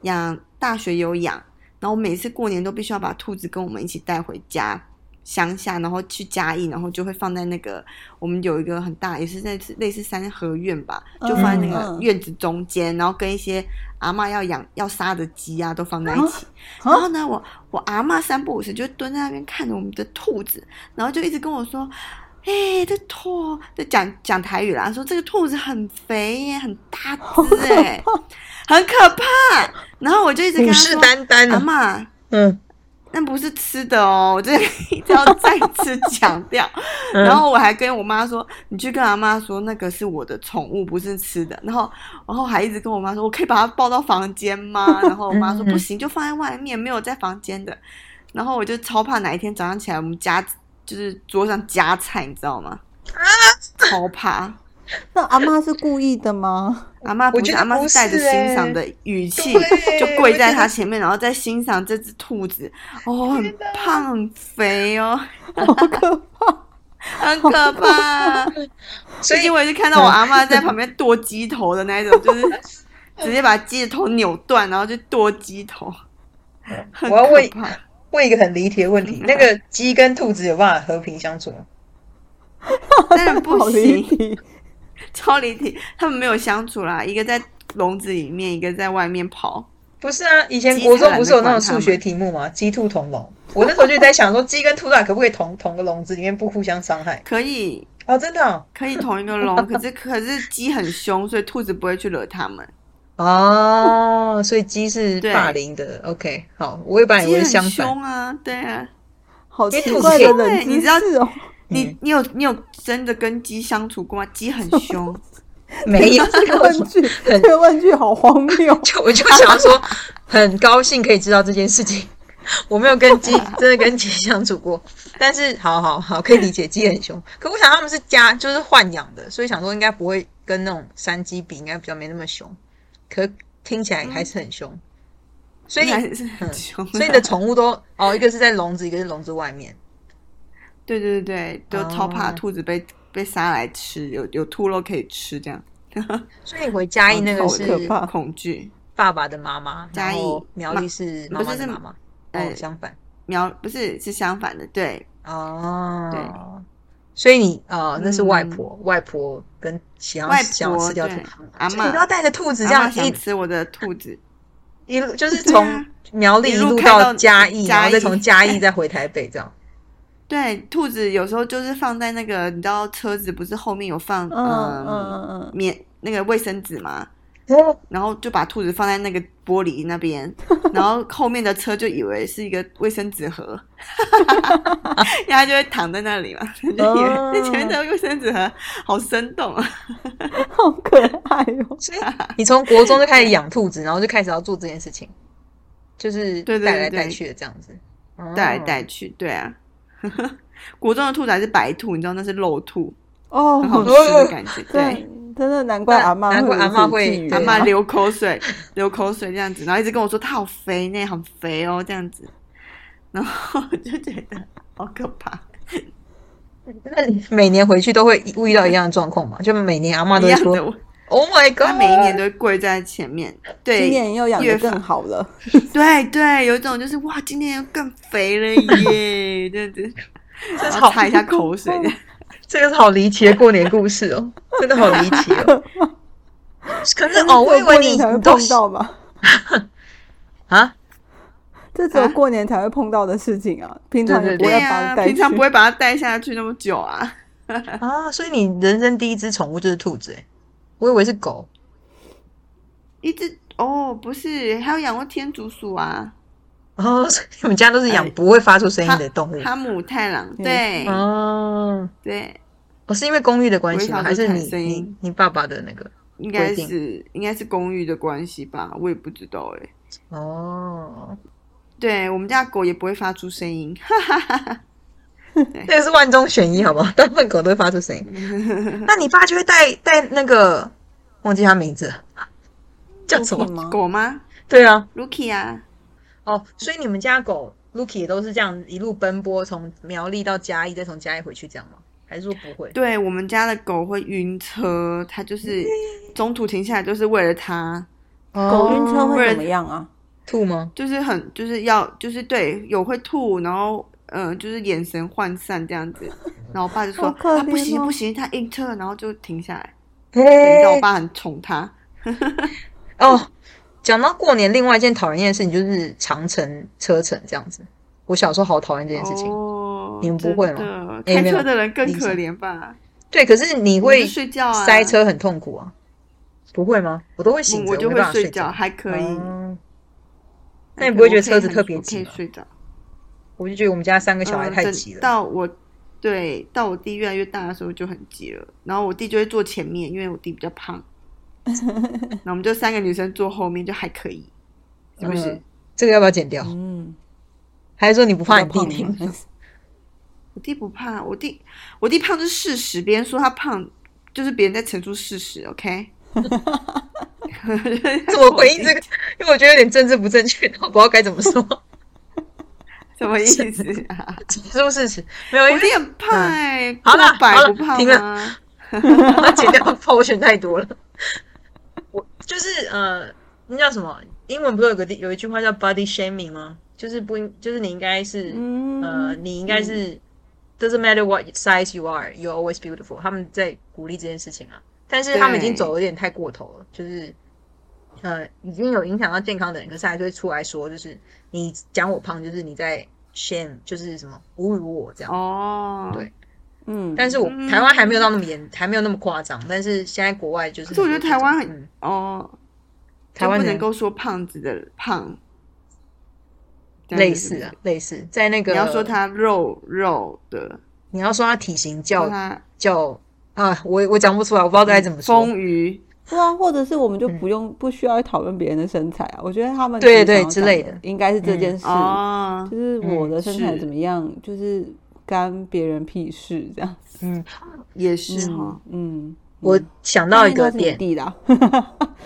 Speaker 2: 养大学有养，然后每次过年都必须要把兔子跟我们一起带回家乡下，然后去嘉义，然后就会放在那个我们有一个很大，也是类似类似三合院吧，就放在那
Speaker 3: 嗯
Speaker 2: 个
Speaker 3: 嗯
Speaker 2: 院子中间，然后跟一些阿嬷要养要杀的鸡啊都放在一起。
Speaker 3: 啊
Speaker 2: 然后呢，我我阿嬷三不五时就蹲在那边看着我们的兔子，然后就一直跟我说。哎、这兔就讲讲台语啦，说这个兔子很肥耶，很大只
Speaker 3: *laughs*
Speaker 2: 哎，很可怕。然后我就一直跟
Speaker 1: 虎
Speaker 2: 他
Speaker 1: 视
Speaker 2: 说：“
Speaker 1: 眈眈
Speaker 2: 阿
Speaker 1: 啊，
Speaker 2: 嬷，
Speaker 1: 嗯，
Speaker 2: 那不是吃的哦，我这个一定要再次强调。
Speaker 1: 嗯
Speaker 2: 然后我还跟我妈说，你去跟阿妈说那个是我的宠物，不是吃的。然后，然后还一直跟我妈说，我可以把它抱到房间吗？然后我妈说
Speaker 1: 嗯
Speaker 2: 不行，就放在外面，没有在房间的。然后我就超怕哪一天早上起来，我们家就是桌上夹菜，你知道吗？超怕。
Speaker 3: 那阿妈是故意
Speaker 2: *laughs*
Speaker 3: 的吗？
Speaker 2: 阿妈
Speaker 1: 我
Speaker 2: 不是
Speaker 1: 觉得
Speaker 2: 阿妈
Speaker 1: 不
Speaker 2: 是带着
Speaker 1: 是欸
Speaker 2: 欣赏的
Speaker 1: *laughs*
Speaker 2: 语气，
Speaker 1: 对
Speaker 2: 就跪
Speaker 1: 我
Speaker 2: 在
Speaker 1: 觉
Speaker 2: 他
Speaker 1: 得
Speaker 2: 前面，然后再欣赏这只兔子。哦，很胖很
Speaker 1: *laughs*
Speaker 2: 肥哦，
Speaker 3: 好可怕！
Speaker 2: 很可怕。
Speaker 1: 所
Speaker 2: 毕
Speaker 1: 以
Speaker 2: 竟我也是看到我阿妈在旁边剁鸡头的那一种，就是直接把鸡的头扭断，然后就剁鸡头。很
Speaker 1: 我要问
Speaker 2: 可怕。
Speaker 1: 问一个很离题的问题：那个鸡跟兔子有办法和平相处吗？
Speaker 2: 当然
Speaker 1: *laughs*
Speaker 2: 不
Speaker 3: 好离
Speaker 2: 行，
Speaker 3: 题。
Speaker 2: 超离题。他们没有相处啦，一个在笼子里面，一个在外面跑。
Speaker 1: 不是啊，以前
Speaker 2: 鸡
Speaker 1: 国中
Speaker 2: 才
Speaker 1: 不
Speaker 2: 懒得
Speaker 1: 是有那种
Speaker 2: 管它
Speaker 1: 数学
Speaker 2: 们
Speaker 1: 题目吗？鸡兔同笼。我那时候就在想说，鸡跟兔到底啊可不可以同同个笼子里面不互相伤害？
Speaker 2: 可以，
Speaker 1: 哦，真的哦，
Speaker 2: 可以同一个笼，可是 *laughs* 可是鸡很凶，所以兔子不会去惹它们。
Speaker 1: 哦，所以鸡是
Speaker 2: 对
Speaker 1: 霸凌的。OK，好，我也把你以
Speaker 2: 鸡
Speaker 1: 为
Speaker 2: 很
Speaker 1: 是相反。
Speaker 2: 凶啊，对啊。
Speaker 3: 好
Speaker 1: 因为
Speaker 3: 奇
Speaker 1: 兔子
Speaker 3: 怪
Speaker 1: 可以
Speaker 3: 的冷
Speaker 2: 对
Speaker 3: 知
Speaker 2: 你知道
Speaker 3: 识哦，
Speaker 2: 你
Speaker 1: 嗯
Speaker 2: 你有你有真的跟鸡相处过吗？鸡很凶，
Speaker 1: *laughs* 没有
Speaker 3: 这个问句，这
Speaker 1: 很。
Speaker 3: 个问句好荒谬
Speaker 1: 就我就想要说，很高兴可以知道这件事情。我没有跟鸡真的跟鸡相处过，但是好好好可以理解鸡很凶。可我想他们是家就是豢养的，所以想说应该不会跟那种山鸡比，应该比较没那么凶。可听起来还是很凶，所以
Speaker 2: 还
Speaker 1: 你
Speaker 2: 是很凶啊、
Speaker 1: 嗯
Speaker 2: *laughs*
Speaker 1: 所以你的宠物都哦，一个是在笼子，一个是笼子外面。
Speaker 2: 对对对对，都超怕
Speaker 1: 哦
Speaker 2: 兔子被被杀来吃，有有兔肉可以吃这样。
Speaker 1: 所以你回嘉哎义那个
Speaker 3: 好
Speaker 1: 是
Speaker 3: 可怕
Speaker 2: 恐惧
Speaker 1: 爸爸的妈妈，
Speaker 2: 嘉义
Speaker 1: 然后苗栗是妈妈的妈妈，
Speaker 2: 不是呃是
Speaker 1: 哦，相反
Speaker 2: 苗不是是相反的，对
Speaker 1: 哦，
Speaker 2: 对。
Speaker 1: 所以你呃，那是外
Speaker 2: 嗯
Speaker 1: 婆，外婆跟想要
Speaker 2: 外
Speaker 1: 想要
Speaker 2: 婆
Speaker 1: 吃掉兔，
Speaker 2: 对阿
Speaker 1: 所以你
Speaker 2: 嬷
Speaker 1: 都要带着兔子这
Speaker 2: 阿
Speaker 1: 样
Speaker 2: 嬷
Speaker 1: 一
Speaker 2: 想吃我的兔子，
Speaker 1: 一路就是
Speaker 2: 对
Speaker 1: 从
Speaker 2: 啊
Speaker 1: 苗栗
Speaker 2: 一路
Speaker 1: 路
Speaker 2: 开
Speaker 1: 到
Speaker 2: 到
Speaker 1: 嘉义，
Speaker 2: 嘉
Speaker 1: 然后再
Speaker 2: 义
Speaker 1: 从嘉
Speaker 2: *laughs*
Speaker 1: 义再回台北这样。
Speaker 2: 对兔子有时候就是放在那个你知道车子不是后面有放
Speaker 3: 嗯
Speaker 2: 嗯
Speaker 3: 嗯 *laughs* 嗯
Speaker 2: 棉那个卫生纸嘛，
Speaker 1: 哦，
Speaker 2: 然后就把兔子放在那个玻璃
Speaker 1: *laughs*
Speaker 2: 那边，然后后面的车就以为是一个卫生
Speaker 1: *laughs*
Speaker 2: 纸盒，然后它就会躺在那里嘛，就以为
Speaker 1: 哦
Speaker 2: 那前面的卫生纸盒好生动啊，
Speaker 3: 嗯，好可爱哦！
Speaker 1: 所以你从国中就开始养兔子，然后就开始要做这件事情，就是
Speaker 2: 对对
Speaker 1: 带来
Speaker 2: 对
Speaker 1: 带去的这样子，哦
Speaker 2: 带来带去，对啊。 *laughs* 国中的兔子还是白兔，你知道那是肉兔，
Speaker 3: 哦，
Speaker 2: 很好吃的感觉。对，
Speaker 3: 对，真的难怪
Speaker 1: 那
Speaker 3: 阿妈
Speaker 1: 难怪阿嬷会
Speaker 2: 阿
Speaker 1: 对啊
Speaker 2: 妈流口水，流口水这样子，然后一直跟我说它好肥呢，好肥哦这样子，然后我就觉得好可怕。
Speaker 1: 那你每年回去都会遇到一样的状况嘛？就每年阿妈都会
Speaker 2: 一样
Speaker 1: 说
Speaker 2: 的，我
Speaker 1: ：“Oh my
Speaker 2: 他
Speaker 1: god！”
Speaker 2: 每一年都会跪在前面，
Speaker 3: 今
Speaker 2: 对
Speaker 3: 年又养
Speaker 2: 月
Speaker 3: 得
Speaker 2: 份
Speaker 3: 更好了，
Speaker 2: 对对，有一种就是哇，今年又更肥了
Speaker 3: *laughs*
Speaker 2: 耶，这样子，然
Speaker 1: 好
Speaker 2: 后擦一下口水的，
Speaker 1: 这个是好离奇的过年故事 *laughs* 哦，真的好离奇 *laughs* 哦。可 *laughs* 是哦，我
Speaker 3: 只
Speaker 1: 以为
Speaker 3: 有过
Speaker 1: 你
Speaker 3: 年才会
Speaker 1: 你都
Speaker 3: 碰到嘛，
Speaker 1: 啊，
Speaker 3: 这只有
Speaker 2: 啊这
Speaker 3: 过年才会碰到的事情啊，平常
Speaker 1: 对
Speaker 3: 也
Speaker 1: 对对
Speaker 3: 不会
Speaker 2: 对
Speaker 3: 把
Speaker 2: 呀、
Speaker 3: 它带
Speaker 2: 平常
Speaker 3: 去
Speaker 2: 不会把它带下去那么久啊。
Speaker 1: 啊，所以你人生第一只宠物就是兔子哎，我以为是狗
Speaker 2: 一只哦，不是，还有养过天竺鼠啊，
Speaker 1: 哦， *laughs* 所以你们家都是养
Speaker 2: 哎
Speaker 1: 不会发出声音的动物
Speaker 2: 哈姆太郎，
Speaker 3: 嗯
Speaker 2: 对、
Speaker 1: 哦。
Speaker 2: 对，
Speaker 1: 我是因为公寓的关系吗？
Speaker 2: 我
Speaker 1: 还
Speaker 2: 也
Speaker 1: 是
Speaker 2: 想说
Speaker 1: 你
Speaker 2: 看声
Speaker 1: 你
Speaker 2: 音
Speaker 1: 你爸爸的那个？
Speaker 2: 应该
Speaker 1: 规定
Speaker 2: 是应该是公寓的关系吧，我也不知道哎、
Speaker 1: 哦，
Speaker 2: 对我们家狗也不会发出声音，
Speaker 3: 啊
Speaker 1: 那个是万中选一，好不好？ *laughs* 大部分狗都会发出声音。 *laughs* 那你爸就会带带那个忘记他名字了叫什么？
Speaker 3: 吗？
Speaker 2: 狗吗
Speaker 1: 对啊，
Speaker 2: ？Lucky 啊，
Speaker 1: 哦，所以你们家狗 Lucky 也都是这样一路奔波，从苗栗到嘉义，再从嘉义回去这样吗？还是说不会？
Speaker 2: 对我们家的狗会晕车，它
Speaker 3: *laughs*
Speaker 2: 就是中途停下来，就是为了它，
Speaker 3: 狗晕车
Speaker 2: 不
Speaker 3: 会
Speaker 2: 然
Speaker 3: 怎么样啊？
Speaker 1: 吐吗？
Speaker 2: 就是很就是要就是对有会吐，然后嗯、呃就是眼神涣散这样子。然后我爸就说
Speaker 3: 好可怜哦
Speaker 2: 啊不行不行，它晕车了，然后就停下来。你知道我
Speaker 1: 嘿，
Speaker 2: 爸很宠它，
Speaker 1: 哦，讲到过年，另外一件讨人厌的事情就是长城车程这样子。我小时候好讨厌这件事情。
Speaker 2: 哦，
Speaker 1: 你们不会吗
Speaker 2: 真的？
Speaker 1: 哎
Speaker 2: 开
Speaker 1: 没有
Speaker 2: 车的人更
Speaker 1: 理
Speaker 2: 可
Speaker 1: 想
Speaker 2: 怜吧？
Speaker 1: 对，可是你
Speaker 2: 我
Speaker 1: 会
Speaker 2: 就睡觉啊，
Speaker 1: 塞，车很痛苦啊，不会吗？我都会醒着，
Speaker 2: 我就
Speaker 1: 没
Speaker 2: 会
Speaker 1: 办法
Speaker 2: 睡
Speaker 1: 觉
Speaker 2: 觉，，还可以。
Speaker 1: 哦那
Speaker 2: 还
Speaker 1: 你
Speaker 2: 可
Speaker 1: 不会
Speaker 2: 以
Speaker 1: 觉得
Speaker 2: 我可
Speaker 1: 车
Speaker 2: 以
Speaker 1: 子
Speaker 2: 很
Speaker 1: 特别
Speaker 2: 我可以
Speaker 1: 挤吗
Speaker 2: 睡着。
Speaker 1: 我就觉得我们家三个小孩
Speaker 2: 嗯
Speaker 1: 太
Speaker 2: 等
Speaker 1: 急了。
Speaker 2: 到我对到我弟越来越大的时候就很急了，然后我弟就会坐前面，因为我弟比较胖，然后我们就三个女生坐后面就还可以，是不是？
Speaker 1: 嗯这个要不要剪掉？
Speaker 3: 嗯，
Speaker 1: 还是说你不怕你
Speaker 3: 比较
Speaker 1: 弟
Speaker 3: 胖
Speaker 1: 听？
Speaker 3: 吗
Speaker 2: 我弟不胖，我弟我弟胖是事实，别人说他胖就是别人在陈述事实，OK？
Speaker 1: *laughs*
Speaker 2: *laughs*
Speaker 1: 怎么回应这个？因为我觉得有点政治不正确， *laughs* 我不知道该怎么说。
Speaker 2: 什么意思
Speaker 1: *laughs*
Speaker 2: 啊？
Speaker 1: 是不是？没有，因
Speaker 2: 我弟
Speaker 1: 为
Speaker 2: 很胖哎、欸，
Speaker 1: 嗯好啦
Speaker 2: 过百
Speaker 1: 好啦
Speaker 2: 不胖
Speaker 1: 停
Speaker 2: 吗？
Speaker 1: 他剪掉 portion 太多 *laughs* 了。我就是呃，那叫什么？英文不是有个地有一句话叫 body shaming 吗？就是不应，就是你应该是呃，
Speaker 3: 嗯，
Speaker 1: 你应该是、doesn't matter what size you are, you're always beautiful。他们在鼓励这件事情啊，但是他们已经
Speaker 2: 对
Speaker 1: 走得有点太过头了，就是呃，已经有影响到健康的人，可是还是会出来说，就是你讲我胖，就是你在 shame，就是什么侮辱我这样。
Speaker 2: 哦，
Speaker 1: 对
Speaker 3: 嗯，
Speaker 1: 但是我
Speaker 2: 嗯
Speaker 1: 台湾还没有到那么严，还没有那么夸张，但是现在国外就是
Speaker 2: 可
Speaker 1: 很多这
Speaker 2: 是我觉
Speaker 1: 种，
Speaker 2: 得台湾很
Speaker 1: 嗯，
Speaker 2: 哦，
Speaker 1: 台湾
Speaker 2: 就不
Speaker 1: 人
Speaker 2: 能够说胖子的胖，这样子
Speaker 1: 类
Speaker 2: 是
Speaker 1: 似
Speaker 2: 不是
Speaker 1: 啊，类似在那个
Speaker 2: 你要说，他肉肉的，
Speaker 1: 你要说他体型
Speaker 2: 说
Speaker 1: 叫
Speaker 2: 他
Speaker 1: 叫啊，我我讲不出来，我不知道该怎么说。
Speaker 2: 丰腴，
Speaker 3: 对啊，或者是我们就不用不需要讨论别人的身材啊，我觉得他们
Speaker 1: 对
Speaker 3: 其实
Speaker 1: 对
Speaker 3: 想要
Speaker 1: 之
Speaker 3: 讲
Speaker 1: 类
Speaker 3: 的
Speaker 1: 的，嗯
Speaker 3: 应该是这件事，
Speaker 2: 哦，
Speaker 3: 就是我的身材
Speaker 2: 是
Speaker 3: 怎么样，就是干别人屁事这样。
Speaker 1: 嗯，
Speaker 2: 也是哈
Speaker 3: 嗯，嗯，
Speaker 1: 我想到一
Speaker 3: 那
Speaker 1: 个
Speaker 3: 应该是你
Speaker 1: 点，
Speaker 3: 弟啦，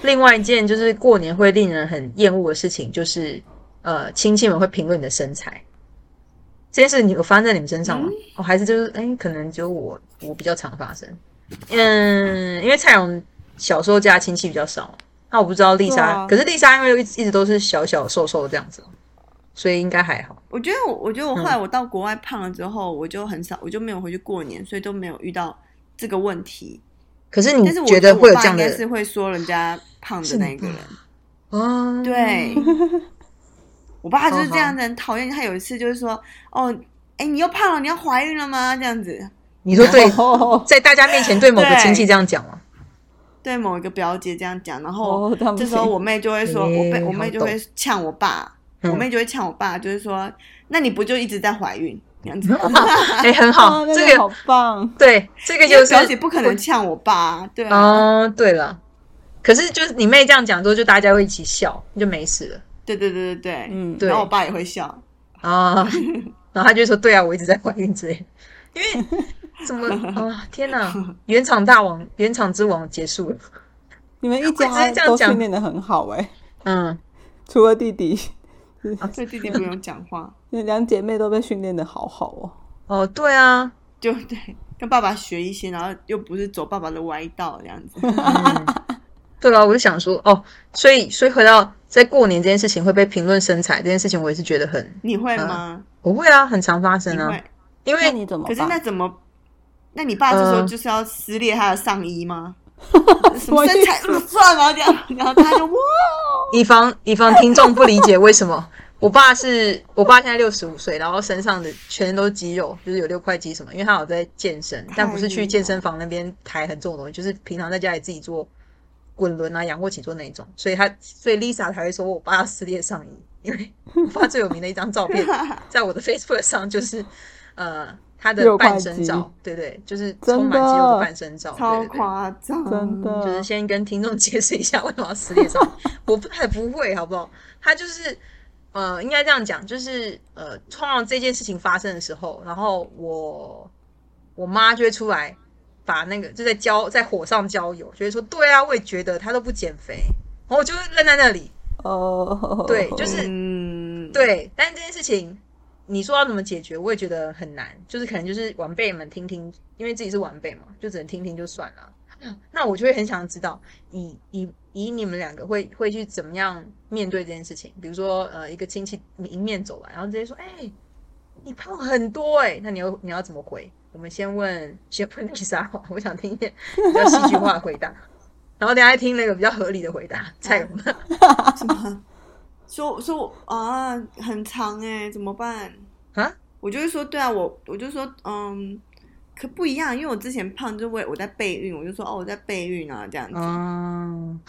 Speaker 1: 另外一件就是过年会令人很厌恶的事情，就是呃，亲戚们会评论你的身材。这件事你有发生在你们身上吗？
Speaker 2: 嗯
Speaker 1: 哦，还是就是哎、可能就我我比较常发生。嗯，因为蔡荣小时候家亲戚比较少，那我不知道丽莎，
Speaker 2: 对啊
Speaker 1: 可是丽莎因为一直一直都是小小瘦瘦这样子，所以应该还好。
Speaker 2: 我觉得我，我觉得
Speaker 1: 嗯
Speaker 2: 我后来我到国外胖了之后，我就很少，我就没有回去过年，所以都没有遇到这个问题。
Speaker 1: 可是你
Speaker 2: 但是我
Speaker 1: 嗯觉得
Speaker 2: 我
Speaker 1: 会有
Speaker 2: 爸
Speaker 1: 这样
Speaker 2: 应
Speaker 1: 的
Speaker 2: 该是会说人家胖的
Speaker 1: 是
Speaker 2: 那
Speaker 1: 你
Speaker 2: 一
Speaker 1: *laughs*
Speaker 2: 个人。
Speaker 1: 啊？
Speaker 2: 对，我爸就是这样
Speaker 1: 好
Speaker 2: 子，很讨厌。他有一次就是说，哦，哎，你又胖了，你要怀孕了吗？这样子，
Speaker 1: 你说 *laughs* 对，
Speaker 3: 哦
Speaker 1: 在大家面前对某个
Speaker 2: 对
Speaker 1: 亲戚这样讲吗？
Speaker 2: 对某一个表姐这样讲，然后
Speaker 3: 哦，他们
Speaker 2: 这时候我妹就会说，我
Speaker 1: 哎
Speaker 2: 被我妹
Speaker 1: 好
Speaker 2: 就会呛我爸，我
Speaker 1: 嗯
Speaker 2: 妹就会呛我爸，就是说，那你不就一直在怀孕这样
Speaker 1: *laughs*
Speaker 2: 子？
Speaker 1: 哎，很好，
Speaker 2: 哦
Speaker 3: 啊，那
Speaker 1: 这
Speaker 3: 个
Speaker 1: 个
Speaker 3: 好棒，
Speaker 1: 对，这个
Speaker 2: 因为
Speaker 1: 就是
Speaker 2: 表姐不可能呛我爸，对啊，
Speaker 1: 哦，对了，可是就是你妹这样讲之后，就大家会一起笑，就没事了
Speaker 2: 对对对对对，
Speaker 3: 嗯，
Speaker 1: 对
Speaker 2: 然后我爸也会
Speaker 3: *laughs*
Speaker 2: 笑， *laughs*
Speaker 1: 啊。然后她就说：“对啊，我一直在怀孕之类的，因为怎
Speaker 2: *laughs*
Speaker 1: 么啊？天哪！原厂大王，原厂之王结束了。
Speaker 3: 你们一
Speaker 1: 我只
Speaker 3: 家
Speaker 1: 哎是这样
Speaker 3: 都
Speaker 1: 讲
Speaker 3: 训练的很好哎、
Speaker 1: 嗯，
Speaker 3: 除了弟弟，啊
Speaker 2: 所以弟弟不用讲话，
Speaker 3: 那两姐妹都被训练的好好哦。
Speaker 1: 哦，对啊，
Speaker 2: 就对，跟爸爸学一些，然后又不是走爸爸的歪道这样子。
Speaker 3: *laughs*
Speaker 1: 嗯，对啊，我就想说，哦，所以所以回到在过年这件事情会被评论身材这件事情，我也是觉得很
Speaker 2: 你会
Speaker 3: 嗯
Speaker 2: 吗？
Speaker 1: 我会啊，很常发生
Speaker 2: 你
Speaker 1: 啊
Speaker 2: 会，？
Speaker 1: 因
Speaker 3: 那
Speaker 1: 为
Speaker 3: 你怎么
Speaker 2: 可
Speaker 3: 办？
Speaker 2: 是那怎么？那你爸这时候
Speaker 1: 嗯
Speaker 2: 就是要撕裂他的上衣
Speaker 3: *laughs*
Speaker 2: 吗？什
Speaker 3: 我
Speaker 2: 么身材
Speaker 3: 也
Speaker 2: 不算吗？这样，然后他就
Speaker 3: *laughs*
Speaker 2: 哇，
Speaker 1: 以防以防听众不理解为什么， *laughs* 我爸是我爸现在六十五岁，然后身上的全身都是肌肉，就是有六块肌什么，因为他有在健身，但不是去健身房那边抬很重的东西，就是平常在家里自己做滚轮啊、仰卧起坐那一种，所以他所以 Lisa 才会说我爸撕裂上衣，因
Speaker 3: *laughs*
Speaker 1: 为我爸最有名的一张照片在我的 Facebook 上就是呃他的
Speaker 3: 六块
Speaker 1: 半身
Speaker 3: 肌
Speaker 1: 照，对对，就是
Speaker 3: 真
Speaker 1: 充满肌肉的
Speaker 3: 的
Speaker 1: 半身照，对
Speaker 2: 超
Speaker 1: 对对
Speaker 2: 夸张，
Speaker 3: 真的
Speaker 1: 嗯就是先跟听众解释一下为什么要撕裂上衣。我不太不会，好不好？他就是呃，应该这样讲，就是呃，通常这件事情发生的时候，然后我我妈就会出来把那个就在浇在火上浇油，就会说对啊，我也觉得他都不减肥，然后我就会愣在那里。
Speaker 3: 哦，
Speaker 1: 对就是
Speaker 2: 嗯，，
Speaker 1: 对，但是这件事情。你说要怎么解决，我也觉得很难，就是可能就是晚辈们听听，因为自己是晚辈嘛，就只能听听就算了。那我就会很想知道，以以以你们两个会会去怎么样面对这件事情？比如说，呃，一个亲戚迎面走来，然后直接说：“哎、你胖很多哎、那你要你要怎么回？”我们先问先问丽莎好了，我想听一点比较戏剧化的回答， *laughs* 然后大家听那个比较合理的回答。蔡荣，
Speaker 2: 什么？说说我啊，很长哎、怎么办
Speaker 1: 啊？
Speaker 2: 我就会说，对啊，我我就说，嗯，可不一样，因为我之前胖，就我我在备孕，我就说哦，我在备孕啊，这样子。
Speaker 1: 嗯，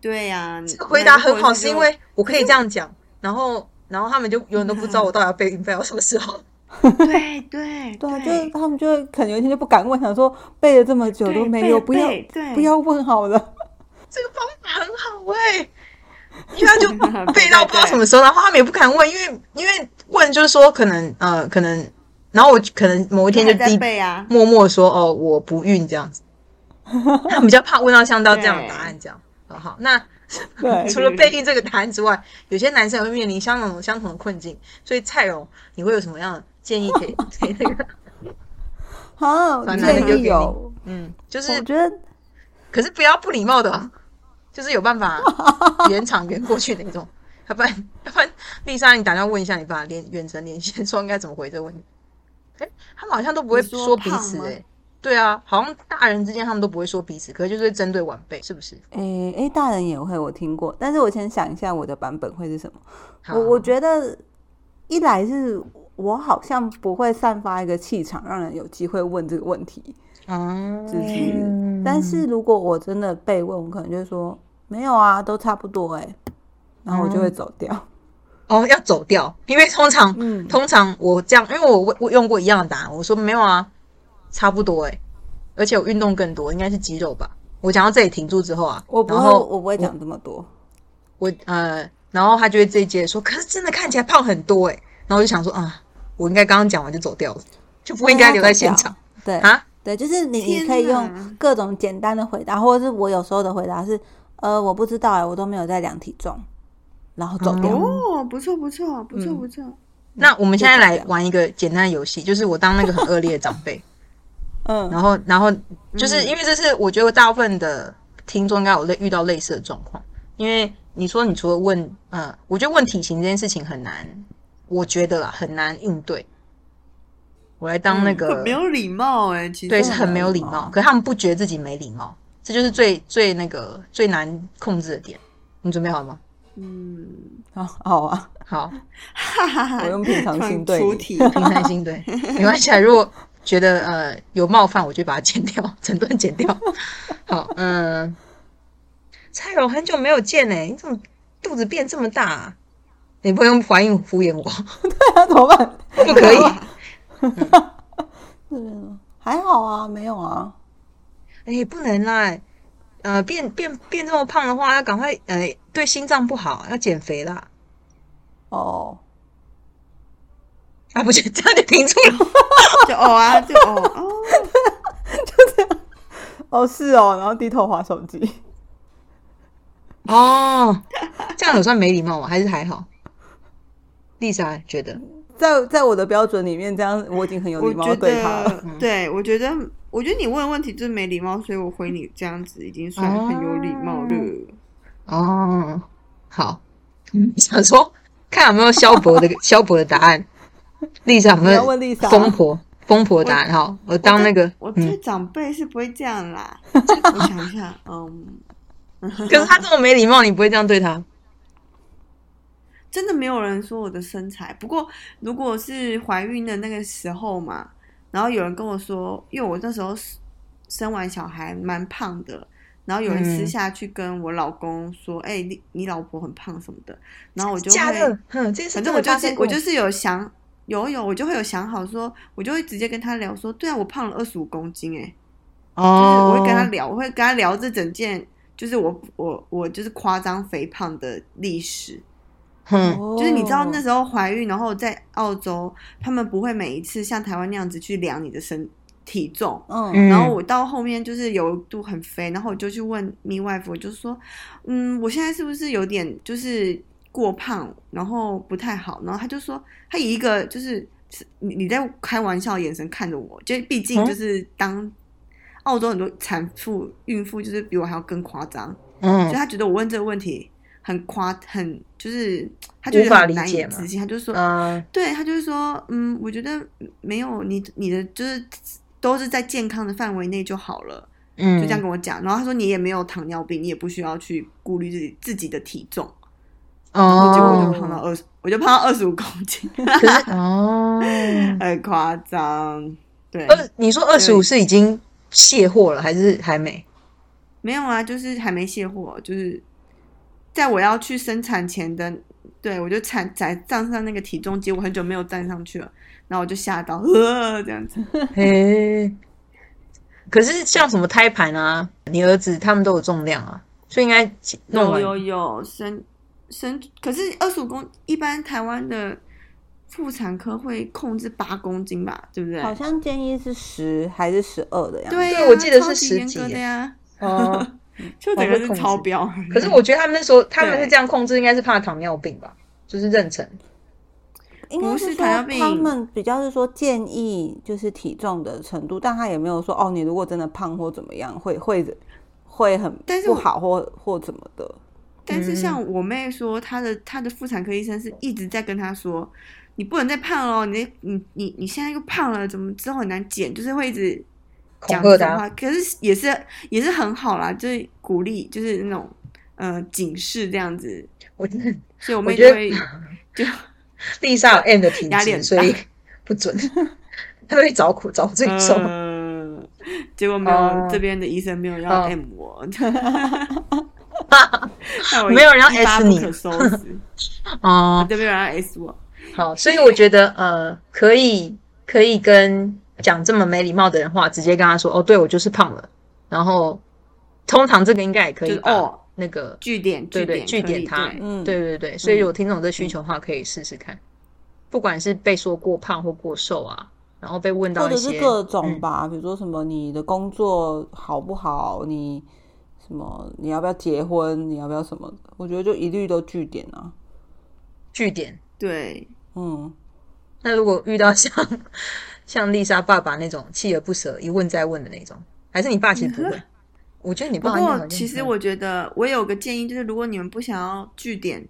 Speaker 2: 对呀、啊，
Speaker 1: 这个回答很好，
Speaker 2: 那
Speaker 1: 是
Speaker 2: 如
Speaker 1: 因
Speaker 2: 果就
Speaker 1: 为我可以这样讲，然后然后他们就永远都不知道我到底要被孕到什么时候。
Speaker 2: 对对
Speaker 3: 对啊，就是他们就会可能有一天就不敢问，想说背了这么久
Speaker 2: 对
Speaker 3: 都没有，
Speaker 2: 背
Speaker 3: 不要
Speaker 2: 背对
Speaker 3: 不要问好了。
Speaker 1: 这个方法很好喂、因为他就背到不知道
Speaker 2: *laughs* 对对
Speaker 1: 什么时候，然后他们也不敢问，因为因为问就是说可能呃可能，然后我就可能某一天就
Speaker 2: 还在
Speaker 1: 低
Speaker 2: 背啊，
Speaker 1: 默默说哦我不孕这样
Speaker 2: *laughs*
Speaker 1: 子，他们比较怕问到像到这样的答案这样，好好那。 *laughs*
Speaker 3: 对，
Speaker 1: 除了备孕这个答案之外，有些男生也会面临相同相同的困境，所以蔡荣，你会有什么样的建议
Speaker 2: *laughs*
Speaker 1: 可以给那个？
Speaker 3: 好，
Speaker 1: 把男的丢
Speaker 3: 建
Speaker 1: 给
Speaker 3: 议
Speaker 1: 你
Speaker 3: 有，
Speaker 1: 嗯，就是
Speaker 3: 我觉得
Speaker 1: 可是不要不礼貌的啊，就是有办
Speaker 3: *laughs*
Speaker 1: 法圆场圆过去那种，要不然要不然，丽莎，你打算问一下你爸连远程连线说应该怎么回这个问题？哎、他们好像都不会
Speaker 2: 你说
Speaker 1: 彼此
Speaker 2: 胖
Speaker 1: 哎、
Speaker 2: 吗
Speaker 1: 对啊，好像大人之间他们都不会说彼此，可是就是针对晚辈，是不是？
Speaker 3: 诶诶，大人也会，我听过，但是我先想一下我的版本会是什么。
Speaker 1: 好
Speaker 3: 我我觉得一来是我好像不会散发一个气场，让人有机会问这个问题。
Speaker 1: 嗯，
Speaker 3: 就是但是如果我真的被问，我可能就会说没有啊，都差不多哎、然后我
Speaker 1: 嗯
Speaker 3: 就会走掉。
Speaker 1: 哦，要走掉，因为通常、
Speaker 3: 嗯
Speaker 1: 通常我这样，因为我问我用过一样的答案，我说没有啊，差不多哎、而且我运动更多，应该是肌肉吧。我讲到这里停住之后啊，
Speaker 3: 我不
Speaker 1: 然
Speaker 3: 会，
Speaker 1: 后
Speaker 3: 我不会讲这么多。
Speaker 1: 我呃，然后他就会这一接着说，可是真的看起来胖很多哎、然后我就想说啊，我应该刚刚讲完就走掉了，就不应该留在现场
Speaker 3: 对
Speaker 1: 啊。
Speaker 3: 对，就是你
Speaker 2: 天
Speaker 3: 你可以
Speaker 2: 哪
Speaker 3: 用各种简单的回答，或者是我有时候的回答是，呃，我不知
Speaker 2: 哦
Speaker 3: 道哎、我都没有在量体重，然后走掉。
Speaker 1: 嗯
Speaker 2: 哦，不错不错不错不错，
Speaker 1: 那我们现在
Speaker 3: 就这
Speaker 1: 来
Speaker 3: 样
Speaker 1: 玩一个简单的游戏，就是我当那个很恶劣的长辈，
Speaker 3: 嗯
Speaker 1: 然后然后就是
Speaker 2: 嗯
Speaker 1: 因为这是我觉得大部分的听众应该有类遇到类似的状况，因为你说你除了问，呃，我觉得问体型这件事情很难，我觉得啦很难应对。我来当那个、
Speaker 2: 嗯很没有礼貌哦哎、其实
Speaker 1: 对，是很没有礼
Speaker 3: 礼
Speaker 1: 貌
Speaker 3: 貌。
Speaker 1: 可他们不觉得自己没礼貌，这就是最最那个最难控制的点。你准备好了吗？
Speaker 2: 嗯，
Speaker 3: 好好啊， *laughs*
Speaker 1: 好，
Speaker 2: 哈哈哈，
Speaker 3: 我用平常心对
Speaker 2: 突然出
Speaker 3: 你
Speaker 2: 题，
Speaker 1: 平常心对，没关系啊。如果觉得呃有冒犯，我就把它剪掉， *laughs* 整段剪掉。好，嗯、蔡荣很久没有见嘞、你怎么肚子变这么大、啊？你不用怀疑我敷衍我， *laughs*
Speaker 3: 那怎么办？
Speaker 1: 不可以。
Speaker 3: 嗯， *laughs* 还好啊，没有啊，
Speaker 1: 哎、不能啦，呃，变变变这么胖的话，要赶快呃，对心脏不好，要减肥啦。
Speaker 3: 哦，
Speaker 1: 啊，不行，这样就停住了。
Speaker 2: 就哦啊，就哦哦，
Speaker 3: 哦是哦，然后低头划手机，
Speaker 1: 哦，这样有算没礼貌吗？还是还好？丽莎觉得，
Speaker 3: 在在我的标准里面，这样我已经很有
Speaker 2: 我
Speaker 3: 礼貌
Speaker 2: 觉
Speaker 3: 地对他嗯了。
Speaker 2: 得，对我觉得，我觉得你问的问题就是没礼貌，所以我回你这样子已经算很有礼貌了。
Speaker 1: 哦，好，嗯，想说看有没有萧伯的萧伯的答
Speaker 2: *laughs*
Speaker 1: 案。丽莎有没
Speaker 3: 你要
Speaker 1: 有
Speaker 3: 问丽莎
Speaker 1: 疯婆疯婆答案？好，我当那个，
Speaker 2: 我对
Speaker 1: 嗯，
Speaker 2: 长辈是不会这样
Speaker 1: *laughs*
Speaker 2: 啦。我想一下，嗯，
Speaker 1: 可是他这么没礼貌，你不会这样对他？
Speaker 2: 真的没有人说我的身材。不过如果是怀孕的那个时候嘛，然后有人跟我说，因为我那时候生完小孩蛮胖的，然后有人
Speaker 1: 嗯
Speaker 2: 私下去跟我老公说：“哎、你你老婆很胖什么的。”然后我就
Speaker 1: 假
Speaker 2: 会
Speaker 1: 的，哼，这件事真
Speaker 2: 反正
Speaker 1: 的
Speaker 2: 我就
Speaker 1: 发
Speaker 2: 是
Speaker 1: 生过
Speaker 2: 我就是有想有有，我就会有想好说，我就会直接跟他聊说，对啊，我胖了二十五公斤哎、
Speaker 1: 哦，
Speaker 2: 就是我会跟他聊，我会跟他聊这整件，就是我我我就是夸张肥胖的历史，
Speaker 1: 哼，
Speaker 2: 嗯就是你知道那
Speaker 3: 哦
Speaker 2: 时候怀孕，然后在澳洲，他们不会每一次像台湾那样子去量你的身体重，
Speaker 3: 嗯
Speaker 1: 嗯，
Speaker 2: 然后我到后面就是有一度很肥，然后我就去问 midwife，我就说，嗯，我现在是不是有点就是过胖，然后不太好？然后他就说，他以一个就是是你你在开玩笑的眼神看着我，就毕竟
Speaker 1: 嗯
Speaker 2: 就是当澳洲很多产妇、孕妇就是比我还要更夸张，所以
Speaker 1: 嗯
Speaker 2: 他觉得我问这个问题很夸，很就是他觉
Speaker 1: 无
Speaker 2: 得
Speaker 1: 法
Speaker 2: 很
Speaker 1: 理
Speaker 2: 难以
Speaker 1: 解嘛
Speaker 2: 置信，他就说，
Speaker 1: 嗯
Speaker 2: 对他就是说，嗯，我觉得没有你你的就是都是在健康的范围内就好了，就
Speaker 1: 嗯，
Speaker 2: 这样跟我讲。然后他说你也没有糖尿病，你也不需要去顾虑自己自己的体重。然后结果我
Speaker 1: 哦
Speaker 2: *laughs* 就，胖到二十，我就胖到二十五公斤，
Speaker 1: 可是哦，
Speaker 2: 很夸张。对，
Speaker 1: 二你说二十五是已经卸货了，还是还没？
Speaker 2: 没有啊，就是还没卸货，就是在我要去生产前的，对我就产在站上那个体重机，我很久没有站上去了，然后我就吓到，呃，这样子。
Speaker 1: 嘿， *laughs* 可是像什么胎盘啊，你儿子他们都有重量啊，所以应该弄
Speaker 2: 有
Speaker 1: 完
Speaker 2: 有有生生，可是二十五公一般台湾的妇产科会控制八公斤吧，对不对？
Speaker 3: 好像建议是十还是十二的样子。
Speaker 2: 对呀、
Speaker 1: 对我记得是
Speaker 2: 超级
Speaker 1: 十
Speaker 2: 严
Speaker 1: 几
Speaker 2: 格
Speaker 1: 耶
Speaker 2: 的呀， *laughs*
Speaker 1: 哦。
Speaker 2: 就等
Speaker 1: 我
Speaker 2: 于
Speaker 1: 会
Speaker 2: 是
Speaker 1: 控制
Speaker 2: 超标。 *laughs*
Speaker 1: 可是我觉得他们那时候他们
Speaker 2: 对
Speaker 1: 是这样控制，应该是怕糖尿病吧，就是妊娠。
Speaker 3: 应该
Speaker 2: 不
Speaker 3: 是
Speaker 2: 是
Speaker 3: 说
Speaker 2: 糖尿病
Speaker 3: 他们比较是说建议就是体重的程度，但他也没有说哦，你如果真的胖或怎么样，会会会很
Speaker 2: 但是
Speaker 3: 不
Speaker 2: 我
Speaker 3: 好或或怎么的。
Speaker 2: 但是
Speaker 1: 嗯
Speaker 2: 像我妹说，她的她的妇产科医生是一直在跟她说，你不能再胖了哦，你你你你现在又胖了，怎么之后很难减，就是会一直
Speaker 1: 恐
Speaker 2: 讲
Speaker 1: 吓
Speaker 2: 这
Speaker 1: 的
Speaker 2: 种
Speaker 1: 啊
Speaker 2: 话。可是也是也是很好啦，就是鼓励，就是那种呃警示这样子。
Speaker 1: 我真的
Speaker 2: 所以我
Speaker 1: 我
Speaker 2: 妹就
Speaker 1: 觉得
Speaker 2: 会 *laughs* 就
Speaker 1: 丽莎有 M 的体
Speaker 2: 压力很
Speaker 1: 质，
Speaker 2: 大
Speaker 1: 所以不准， *laughs* 他会找苦找罪受。
Speaker 2: 嗯，结果没有、
Speaker 1: 哦
Speaker 2: 这边的医生没有要
Speaker 1: 哦
Speaker 2: M 我， *laughs* 害我
Speaker 1: 没有人要
Speaker 2: 一发
Speaker 1: S
Speaker 2: 不
Speaker 1: 你
Speaker 2: 可收拾，
Speaker 1: 哦，
Speaker 2: 这边有人要 S
Speaker 1: *laughs*
Speaker 2: 我，
Speaker 1: 好，所以我觉得呃，可以可以跟讲这么没礼貌的人话，直接跟他说哦，对我就是胖了。然后通常这个应该也可
Speaker 2: 就
Speaker 1: 以
Speaker 2: 是
Speaker 1: 把
Speaker 2: 哦
Speaker 1: 那个
Speaker 2: 据点
Speaker 1: 对
Speaker 2: 据
Speaker 1: 对
Speaker 2: 点
Speaker 1: 据
Speaker 2: 可以
Speaker 1: 点他，
Speaker 2: 对
Speaker 3: 嗯
Speaker 1: 对对对。所以有听懂这
Speaker 2: 嗯
Speaker 1: 需求的话，可以试试看，不管是被说过胖或过瘦啊，然后被问
Speaker 3: 或
Speaker 1: 到
Speaker 3: 者
Speaker 1: 一
Speaker 3: 是
Speaker 1: 些 *laughs*
Speaker 3: 各
Speaker 2: 嗯
Speaker 3: 种吧，比如说什么你的工作好不好，你什么你要不要结婚，你要不要什么的，我觉得就一律都据点啊。
Speaker 1: 据点，
Speaker 2: 对，
Speaker 3: 嗯，
Speaker 1: 那如果遇到像 *laughs* 像丽莎爸爸那种锲而不舍、一问再问的那种，还是你爸其实不
Speaker 2: *laughs*
Speaker 1: 会？我觉得你
Speaker 2: 不
Speaker 1: 爸应该好
Speaker 2: 过
Speaker 1: 像
Speaker 2: 其实
Speaker 1: 不会
Speaker 2: 我觉得我有个建议，就是如果你们不想要据点，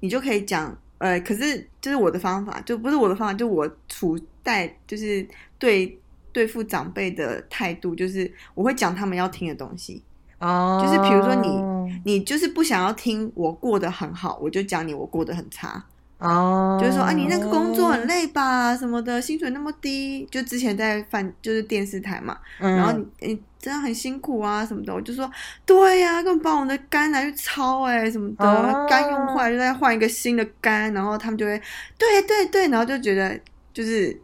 Speaker 2: 你就可以讲，呃，可是就是我的方法，就不是我的方法，就我处待就是对对付长辈的态度，就是我会讲他们要听的东西。
Speaker 1: 哦，
Speaker 2: 就是比如说你你就是不想要听我过得很好，我就讲你我过得很差，
Speaker 1: 哦，
Speaker 2: 就是说啊，你那个工作很累吧，什么的，薪水那么低，就之前在饭就是电视台嘛，
Speaker 1: 嗯，
Speaker 2: 然后你你真的很辛苦啊什么的，我就说对呀、根本把我的肝拿去抄哎、什么的，
Speaker 1: 哦
Speaker 2: 肝用坏就再换一个新的肝，然后他们就会对对对，然后就觉得就是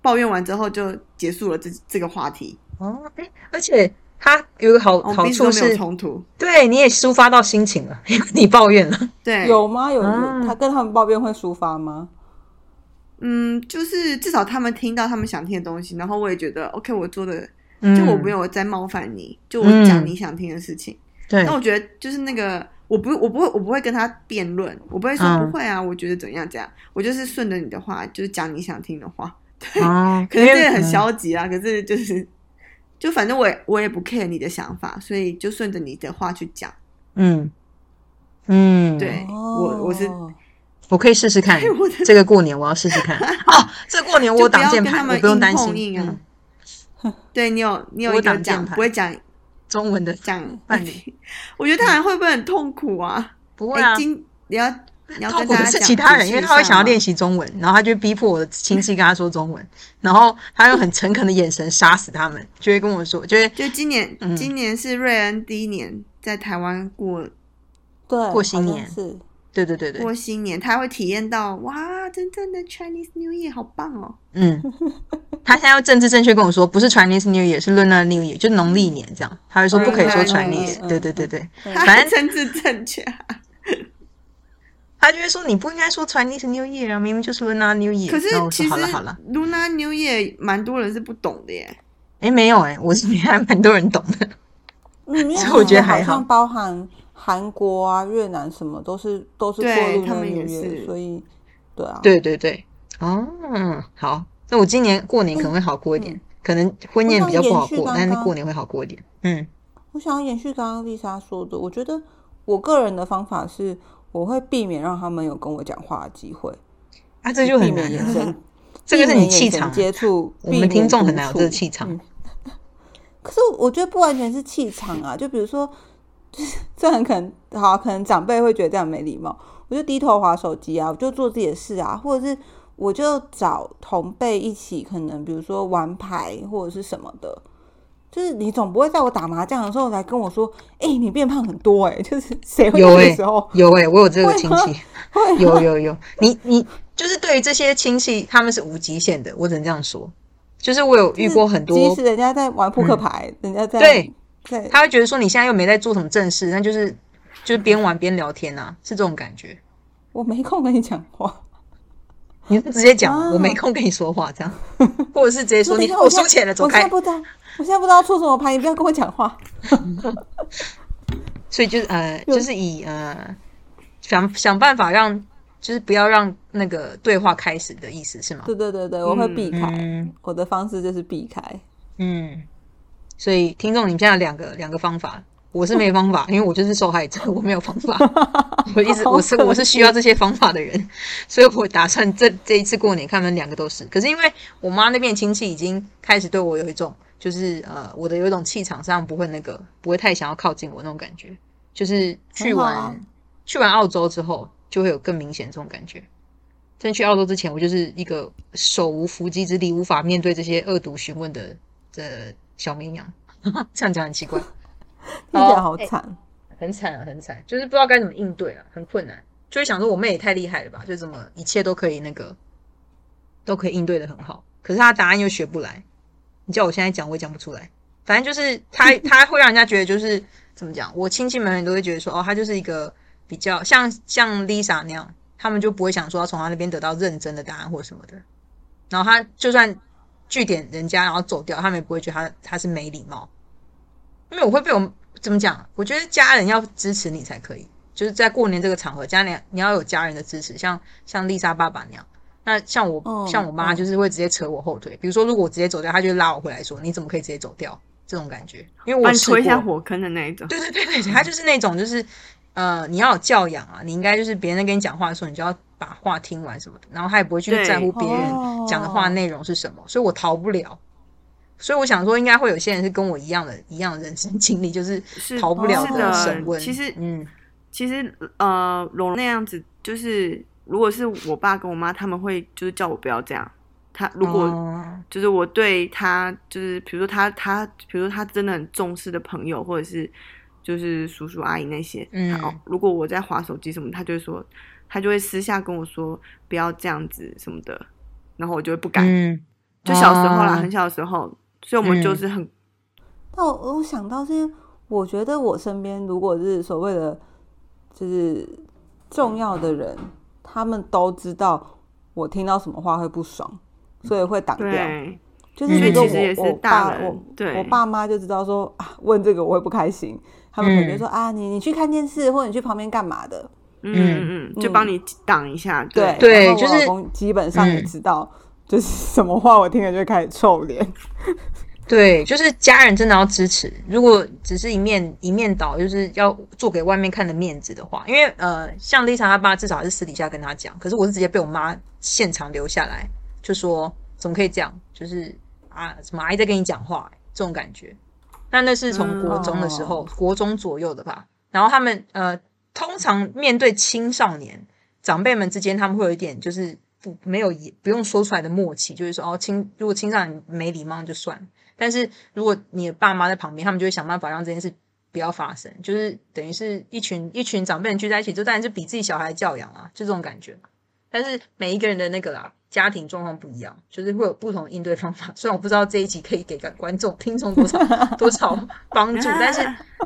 Speaker 2: 抱怨完之后就结束了这这个话题，
Speaker 1: 哦，哎，而且他有一个好
Speaker 2: 我们
Speaker 1: 好
Speaker 2: 彼此
Speaker 1: 处
Speaker 2: 都没有
Speaker 1: 是，
Speaker 2: 冲突，
Speaker 1: 对你也抒发到心情了， *laughs* 因为你抱怨了，
Speaker 2: 对，
Speaker 3: 有吗？有
Speaker 1: 嗯
Speaker 3: 有，他跟他们抱怨会抒发吗？
Speaker 2: 嗯，就是至少他们听到他们想听的东西，然后我也觉得 OK，我做的
Speaker 1: 嗯
Speaker 2: *laughs* 就我没有在冒犯你，就我讲
Speaker 1: 嗯
Speaker 2: 你想听的事情。
Speaker 1: 对
Speaker 2: 那、，我觉得就是那个，我不我不会我不会跟他辩论，我不会说
Speaker 1: 嗯
Speaker 2: 不会啊，我觉得怎样怎样，我就是顺着你的话，就是讲你想听的话。
Speaker 1: 哦，
Speaker 2: *laughs* 可能
Speaker 1: 因为
Speaker 2: 这个很，消极啊，可是就是就反正我也我也不 care 你的想法，所以就顺着你的话去讲。
Speaker 1: 嗯嗯，
Speaker 2: 对我我是
Speaker 3: 哦
Speaker 1: 我可以试试看
Speaker 2: 对， *laughs* 我的
Speaker 1: 这个过年我要试试
Speaker 2: *laughs*
Speaker 1: 看。哦，这过年我有挡键盘，
Speaker 2: 就
Speaker 1: 我
Speaker 2: 不
Speaker 1: 不
Speaker 2: 要
Speaker 1: 用
Speaker 2: 跟他们
Speaker 1: 担
Speaker 2: 硬碰
Speaker 1: 心。
Speaker 2: 硬啊
Speaker 1: 嗯
Speaker 2: 对你有你有
Speaker 1: 我
Speaker 2: 一个
Speaker 1: 挡箭
Speaker 2: 讲
Speaker 1: 牌
Speaker 2: 不会讲
Speaker 1: 中文的
Speaker 2: 讲
Speaker 1: 伴侣，
Speaker 2: *laughs* 我觉得他还会不会很痛苦啊？
Speaker 1: 不会
Speaker 2: 哎、
Speaker 1: 啊，
Speaker 2: 今你要你要
Speaker 1: 痛
Speaker 2: 跟
Speaker 1: 苦
Speaker 2: 大
Speaker 1: 的
Speaker 2: 家
Speaker 1: 是
Speaker 2: 讲
Speaker 1: 其他人，因
Speaker 2: 解释
Speaker 1: 为
Speaker 2: 一
Speaker 1: 他会
Speaker 2: 下
Speaker 1: 想要
Speaker 2: 吗
Speaker 1: 练习中文，然后他就逼迫我的亲戚跟他说中文，然后他用很诚恳的眼神杀死他们，就会跟我说，就会
Speaker 2: 就今年，
Speaker 1: 嗯
Speaker 2: 今年是瑞恩第一年在台湾过
Speaker 3: 对
Speaker 1: 过新
Speaker 3: 好像
Speaker 1: 年
Speaker 3: 是
Speaker 1: 对对对对，
Speaker 2: 过新年，他会体验到哇，真正的 Chinese New Year 好棒哦！
Speaker 1: 嗯，他现在要政治正确跟我说，不是 Chinese New Year，是 Lunar New Year，就农历年这样。他会说不可以说
Speaker 2: 嗯嗯嗯
Speaker 1: Chinese，、
Speaker 3: 嗯
Speaker 1: 对对对对，
Speaker 3: 嗯
Speaker 2: 他
Speaker 1: 反
Speaker 2: 还
Speaker 1: 正
Speaker 2: 政治正
Speaker 1: *laughs*
Speaker 2: 确，
Speaker 1: 他就会说你不应该说 Chinese New Year 啊，明明就是 Lunar New Year。
Speaker 2: 可是
Speaker 1: 然后我
Speaker 2: 其
Speaker 1: 说
Speaker 2: 实
Speaker 1: 好了好了，
Speaker 2: Luna New Year 蛮多人是不懂的耶。
Speaker 1: 哎没有哎、我是觉得还蛮多人懂的。
Speaker 3: 嗯，因为
Speaker 1: 所以我觉得还好
Speaker 3: 好像包含韩国啊、越南什么都是都是过
Speaker 2: 对
Speaker 3: 路
Speaker 2: 他
Speaker 3: 那
Speaker 2: 们也
Speaker 3: 纽
Speaker 2: 是
Speaker 3: 约，所以对啊，
Speaker 1: 对对对，哦，好，那我今年过年可能会好过一点，
Speaker 3: 嗯
Speaker 1: 可能婚宴比较不好
Speaker 3: 我
Speaker 1: 过，
Speaker 3: 想延续刚刚
Speaker 1: 但是过年会好过一点。嗯
Speaker 3: 我想要延续刚刚丽莎说的，我觉得我个人的方法是，我会避免让他们有跟我讲话的机会，
Speaker 1: 啊，这就
Speaker 3: 避
Speaker 1: 很
Speaker 3: 免
Speaker 1: 难
Speaker 3: 眼
Speaker 1: 了，
Speaker 3: 神，
Speaker 1: *laughs* 这个是
Speaker 3: 避免
Speaker 1: 你气
Speaker 3: 眼神
Speaker 1: 场啊，
Speaker 3: 接触，
Speaker 1: 我
Speaker 3: 避
Speaker 1: 们听
Speaker 3: 免
Speaker 1: 众
Speaker 3: 独
Speaker 1: 很难有这个
Speaker 3: 处
Speaker 1: 气场。
Speaker 3: 嗯可是我觉得不完全是气
Speaker 1: *laughs*
Speaker 3: 场啊，就比如说， *laughs* 就是这很可能好啊，可能长辈会觉得这样没礼貌。我就低头划手机啊，我就做自己的事啊，或者是我就找同辈一起，可能比如说玩牌或者是什么的。就是你总不会在我打麻将的时候来跟我说，哎、你变胖很多哎、就是谁会
Speaker 1: 有
Speaker 3: 这
Speaker 1: 哎、
Speaker 3: 个时候
Speaker 1: 有哎、我有这个
Speaker 3: 会
Speaker 1: 亲
Speaker 3: 吗
Speaker 1: 戚。
Speaker 3: 会
Speaker 1: 有有有，你你就是对于这些亲戚，他们是无极限的，我只能这样说。就是我有遇过很
Speaker 3: 即
Speaker 1: 多嗯
Speaker 3: 使，人家在玩扑克牌，人家在
Speaker 1: 对
Speaker 3: 在
Speaker 1: 他会觉得说你现在又没在做什么正事，那就是就是边玩边聊天啊，是这种感觉。
Speaker 3: 我没空跟你讲话，
Speaker 1: 你就直接讲嘛，
Speaker 3: 啊
Speaker 1: 我没空跟你说话这样，或者是直接说
Speaker 3: 等
Speaker 1: 你
Speaker 3: 一下
Speaker 1: 我
Speaker 3: 现
Speaker 1: 收
Speaker 3: 在
Speaker 1: 钱了，走
Speaker 3: 我现在
Speaker 1: 开。
Speaker 3: 不知道，我现在不知道出什么牌，你不要跟我讲话。
Speaker 1: 所以就是呃，就是以呃想想办法让，就是不要让那个对话开始的意思是吗？
Speaker 3: 对对对对，我会避开。
Speaker 1: 嗯
Speaker 3: 我的方式就是避开。
Speaker 1: 嗯，所以听众，你们现在有两个两个方法，我是没方法，因为我就是受害者， *laughs* 我没有方法。我一直我是我是需要这些方法的人，所以我打算这这一次过年看他们两个都是。可是因为我妈那边亲戚已经开始对我有一种，就是呃，我的有一种气场上不会那个，不会太想要靠近我那种感觉。就是去完、
Speaker 3: 很好啊
Speaker 1: 去完澳洲之后，就会有更明显这种感觉。但去澳洲之前，我就是一个手无缚鸡之力，无法面对这些恶毒询问的的小绵羊。 *laughs* 这样讲很奇怪，
Speaker 3: 听起来好
Speaker 1: 哎
Speaker 3: 惨。
Speaker 1: 很惨啊，很惨，就是不知道该怎么应对啊，很困难。就会想说，我妹也太厉害了吧，就怎么一切都可以那个，都可以应对的很好。可是她答案又学不来，你叫我现在讲，我也讲不出来。反正就是
Speaker 3: *laughs*
Speaker 1: 她，她会让人家觉得就是怎么讲，我亲戚们都会觉得说，哦，她就是一个比较像像 Lisa 那样，他们就不会想说要从她那边得到认真的答案或什么的。然后她就算据点人家，然后走掉，他们也不会觉得她她是没礼貌。因为我会被我怎么讲？我觉得家人要支持你才可以，就是在过年这个场合，家人你要有家人的支持，像像丽莎爸爸那样，那像我、
Speaker 3: 哦
Speaker 1: 像我妈
Speaker 3: 哦
Speaker 1: 就是会直接扯我后腿，比如说如果我直接走掉，她就拉我回来说你怎么可以直接走掉？这种感觉，因为
Speaker 2: 把
Speaker 1: 我
Speaker 2: 你
Speaker 1: 试
Speaker 2: 推下
Speaker 1: 过，
Speaker 2: 火坑的那一种。
Speaker 1: 对对对对，她就是那种就是呃你要有教养啊，你应该就是别人在跟你讲话的时候，你就要把话听完什么的，然后她也不会去
Speaker 2: 对
Speaker 1: 在乎别人
Speaker 3: 哦
Speaker 1: 讲的话内容是什么，所以我逃不了。所以我想说，应该会有些人是跟我一样的一样的人生经历，就是
Speaker 2: 是哦
Speaker 1: 逃不了
Speaker 2: 是
Speaker 3: 的
Speaker 1: 审问。
Speaker 2: 其实
Speaker 1: 嗯，
Speaker 2: 其实呃，龙那样子就是，如果是我爸跟我妈，他们会就是叫我不要这样。他如果、
Speaker 1: 哦
Speaker 2: 就是我对他，就是比如说他他，比如说他真的很重视的朋友，或者是就是叔叔阿姨那些，
Speaker 1: 嗯
Speaker 2: 他哦如果我在划手机什么，他就会说，他就会私下跟我说不要这样子什么的，然后我就会不敢。
Speaker 1: 嗯，
Speaker 2: 就小时候啦，
Speaker 1: 哦
Speaker 2: 很小的时候，所以我们
Speaker 1: 嗯
Speaker 2: 就是很、
Speaker 3: 但我我想到是，我觉得我身边如果是所谓的就是重要的人，他们都知道我听到什么话会不爽，所以会挡掉。
Speaker 2: 对
Speaker 3: 就是比如
Speaker 1: 所以其
Speaker 3: 说我
Speaker 1: 实
Speaker 2: 也是
Speaker 3: 我
Speaker 2: 大
Speaker 3: 爸
Speaker 2: 人
Speaker 3: 我
Speaker 2: 对
Speaker 3: 我爸妈就知道说啊，问这个我会不开心，他们可能就
Speaker 1: 嗯
Speaker 3: 说、啊，你你去看电视或者你去旁边干嘛的。
Speaker 2: 嗯嗯嗯，就帮你挡一下，对
Speaker 1: 对
Speaker 3: 然后
Speaker 1: 就
Speaker 3: 我
Speaker 1: 是
Speaker 3: 老公基本上也
Speaker 1: 嗯
Speaker 3: 知道，就是什么话我听了就开始臭脸。
Speaker 1: 对，就是家人真的要支持。如果只是一面一面倒，就是要做给外面看的面子的话，因为呃，像 Lisa 她爸至少还是私底下跟她讲，可是我是直接被我妈现场留下来，就说怎么可以这样，就是啊，怎么阿姨在跟你讲话、欸这种感觉。那那是从
Speaker 2: 嗯
Speaker 1: 国中的时候，国中左右的吧。然后他们呃，通常面对青少年，长辈们之间，他们会有一点就是不没有也不用说出来的默契，就是说哦，青如果青少年没礼貌就算了，但是如果你的爸妈在旁边，他们就会想办法让这件事不要发生，就是等于是一群一群长辈人聚在一起，就当然是比自己小孩的教养啊，就这种感觉。但是每一个人的那个啦，家庭状况不一样，就是会有不同的应对方法。虽然我不知道这一集可以给个观众、听众多少多少帮助，但是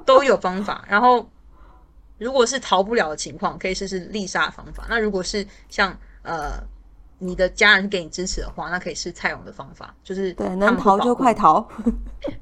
Speaker 1: 都有方法。然后，如果是逃不了的情况，可以试试丽莎的方法。那如果是像呃你的家人给你支持的话，那可以试蔡勇的方法，就是
Speaker 3: 对，
Speaker 1: 他
Speaker 3: 能
Speaker 1: 们不
Speaker 3: 逃就
Speaker 1: 保护
Speaker 3: 快
Speaker 1: 你
Speaker 3: 逃。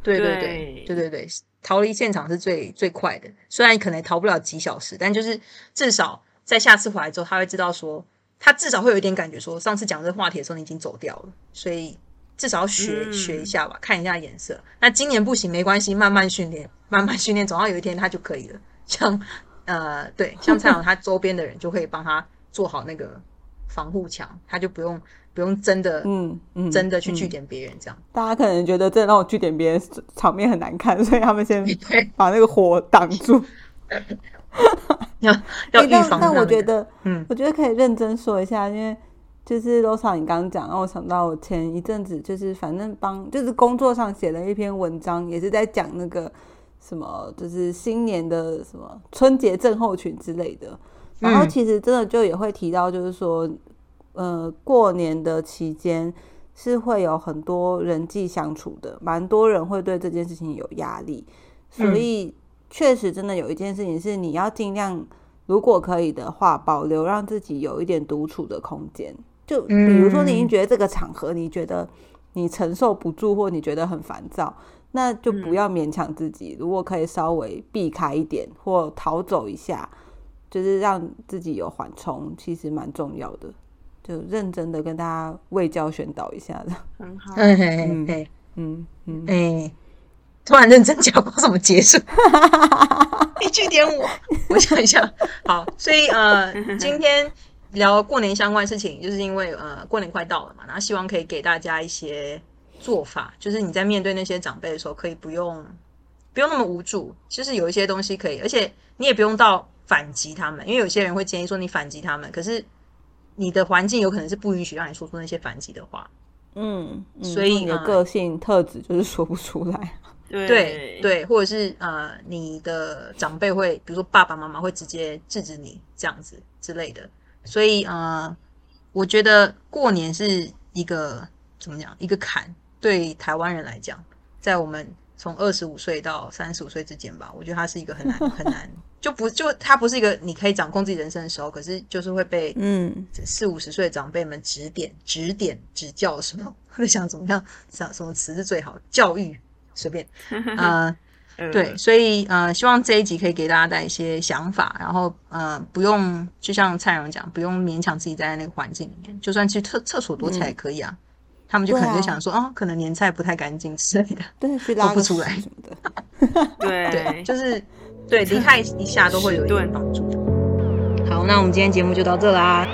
Speaker 1: 对对对对对对，逃离现场是最最快的，虽然可能逃不了几小时，但就是至少在下次回来之后，他会知道说，他至少会有一点感觉说，上次讲这个话题的时候你已经走掉了，所以至少要学、
Speaker 2: 嗯
Speaker 1: 学一下吧，看一下颜色。那今年不行没关系，慢慢训练，慢慢训练，总要有一天他就可以了。像呃，对，像蔡朗他周边的人就可以帮他做好那个防护墙，他就不用不用真的、
Speaker 3: 嗯嗯，
Speaker 1: 真的去
Speaker 3: 嗯
Speaker 1: 据点别人这样。
Speaker 3: 大家可能觉得这让我据点别人场面很难看，所以他们
Speaker 1: *laughs*
Speaker 3: 先
Speaker 1: 对，
Speaker 3: 把那个火挡住。
Speaker 1: 要 *laughs* 要
Speaker 3: 诶
Speaker 1: 预
Speaker 3: 但
Speaker 1: 防、那
Speaker 3: 但我
Speaker 1: 个
Speaker 3: 觉得，
Speaker 1: 嗯
Speaker 3: 我觉得可以认真说一下，因为就是罗莎你刚刚讲，让我想到我前一阵子就是反正帮就是工作上写了一篇文章，也是在讲那个什么，就是新年的什么春节症候群之类的。然后
Speaker 1: 嗯
Speaker 3: 其实真的就也会提到，就是说，呃，过年的期间是会有很多人际相处的，蛮多人会对这件事情有压力，所
Speaker 1: 嗯
Speaker 3: 以确实真的有一件事情是你要尽量，如果可以的话，保留让自己有一点独处的空间。就比如说，你已经
Speaker 1: 嗯
Speaker 3: 觉得这个场合你觉得你承受不住，或你觉得很烦躁，那就不要勉强自己。如果可以稍微避开一点或逃走一下，就是让自己有缓冲，其实蛮重要的。就认真的跟大家为教宣导一下 *laughs* 的。
Speaker 2: 很好。
Speaker 1: 哎哎哎
Speaker 3: 嗯嗯，
Speaker 1: 哎，突然认真讲，不知道怎么结束。你据点我，我想一下。好，所以呃，今天聊过年相关的事情，就是因为呃，过年快到了嘛，然后希望可以给大家一些做法，就是你在面对那些长辈的时候，可以不用不用那么无助，就是有一些东西可以，而且你也不用到反击他们，因为有些人会建议说你反击他们，可是你的环境有可能是不允许让你说出那些反击的话。
Speaker 3: 嗯，嗯
Speaker 1: 所以
Speaker 3: 你的
Speaker 1: 呃
Speaker 3: 个性特质就是说不出来。
Speaker 2: 对
Speaker 1: 对对，或者是呃，你的长辈会，比如说爸爸妈妈会直接制止你这样子之类的。所以呃，我觉得过年是一个怎么讲，一个坎，对台湾人来讲，在我们从二十五岁到三十五岁之间吧，我觉得它是一个很难很难， *laughs* 就不就它不是一个你可以掌控自己人生的时候，可是就是会被
Speaker 3: 嗯，
Speaker 1: 四五十岁的长辈们指点、指点、指教什么，或者想怎么样，想什么词是最好，教育随便，呃，
Speaker 2: 嗯
Speaker 1: 对，所以呃，希望这一集可以给大家带一些想法，然后呃，不用就像蔡荣讲，不用勉强自己待在那个环境里面，就算去厕厕所躲起来也可以啊。他们就可能
Speaker 3: 对
Speaker 1: 就
Speaker 3: 啊
Speaker 1: 想说，哦，可能年菜不太干净之类的，
Speaker 3: 对，去拉
Speaker 1: 不
Speaker 3: 个
Speaker 1: 出
Speaker 3: 屎
Speaker 1: 来
Speaker 3: 什么的。
Speaker 1: 对，
Speaker 2: 对，
Speaker 1: 就是对离开一下都会有一
Speaker 2: 迟
Speaker 1: 点
Speaker 2: 钝
Speaker 1: 帮助。好，那我们今天节目就到这啦，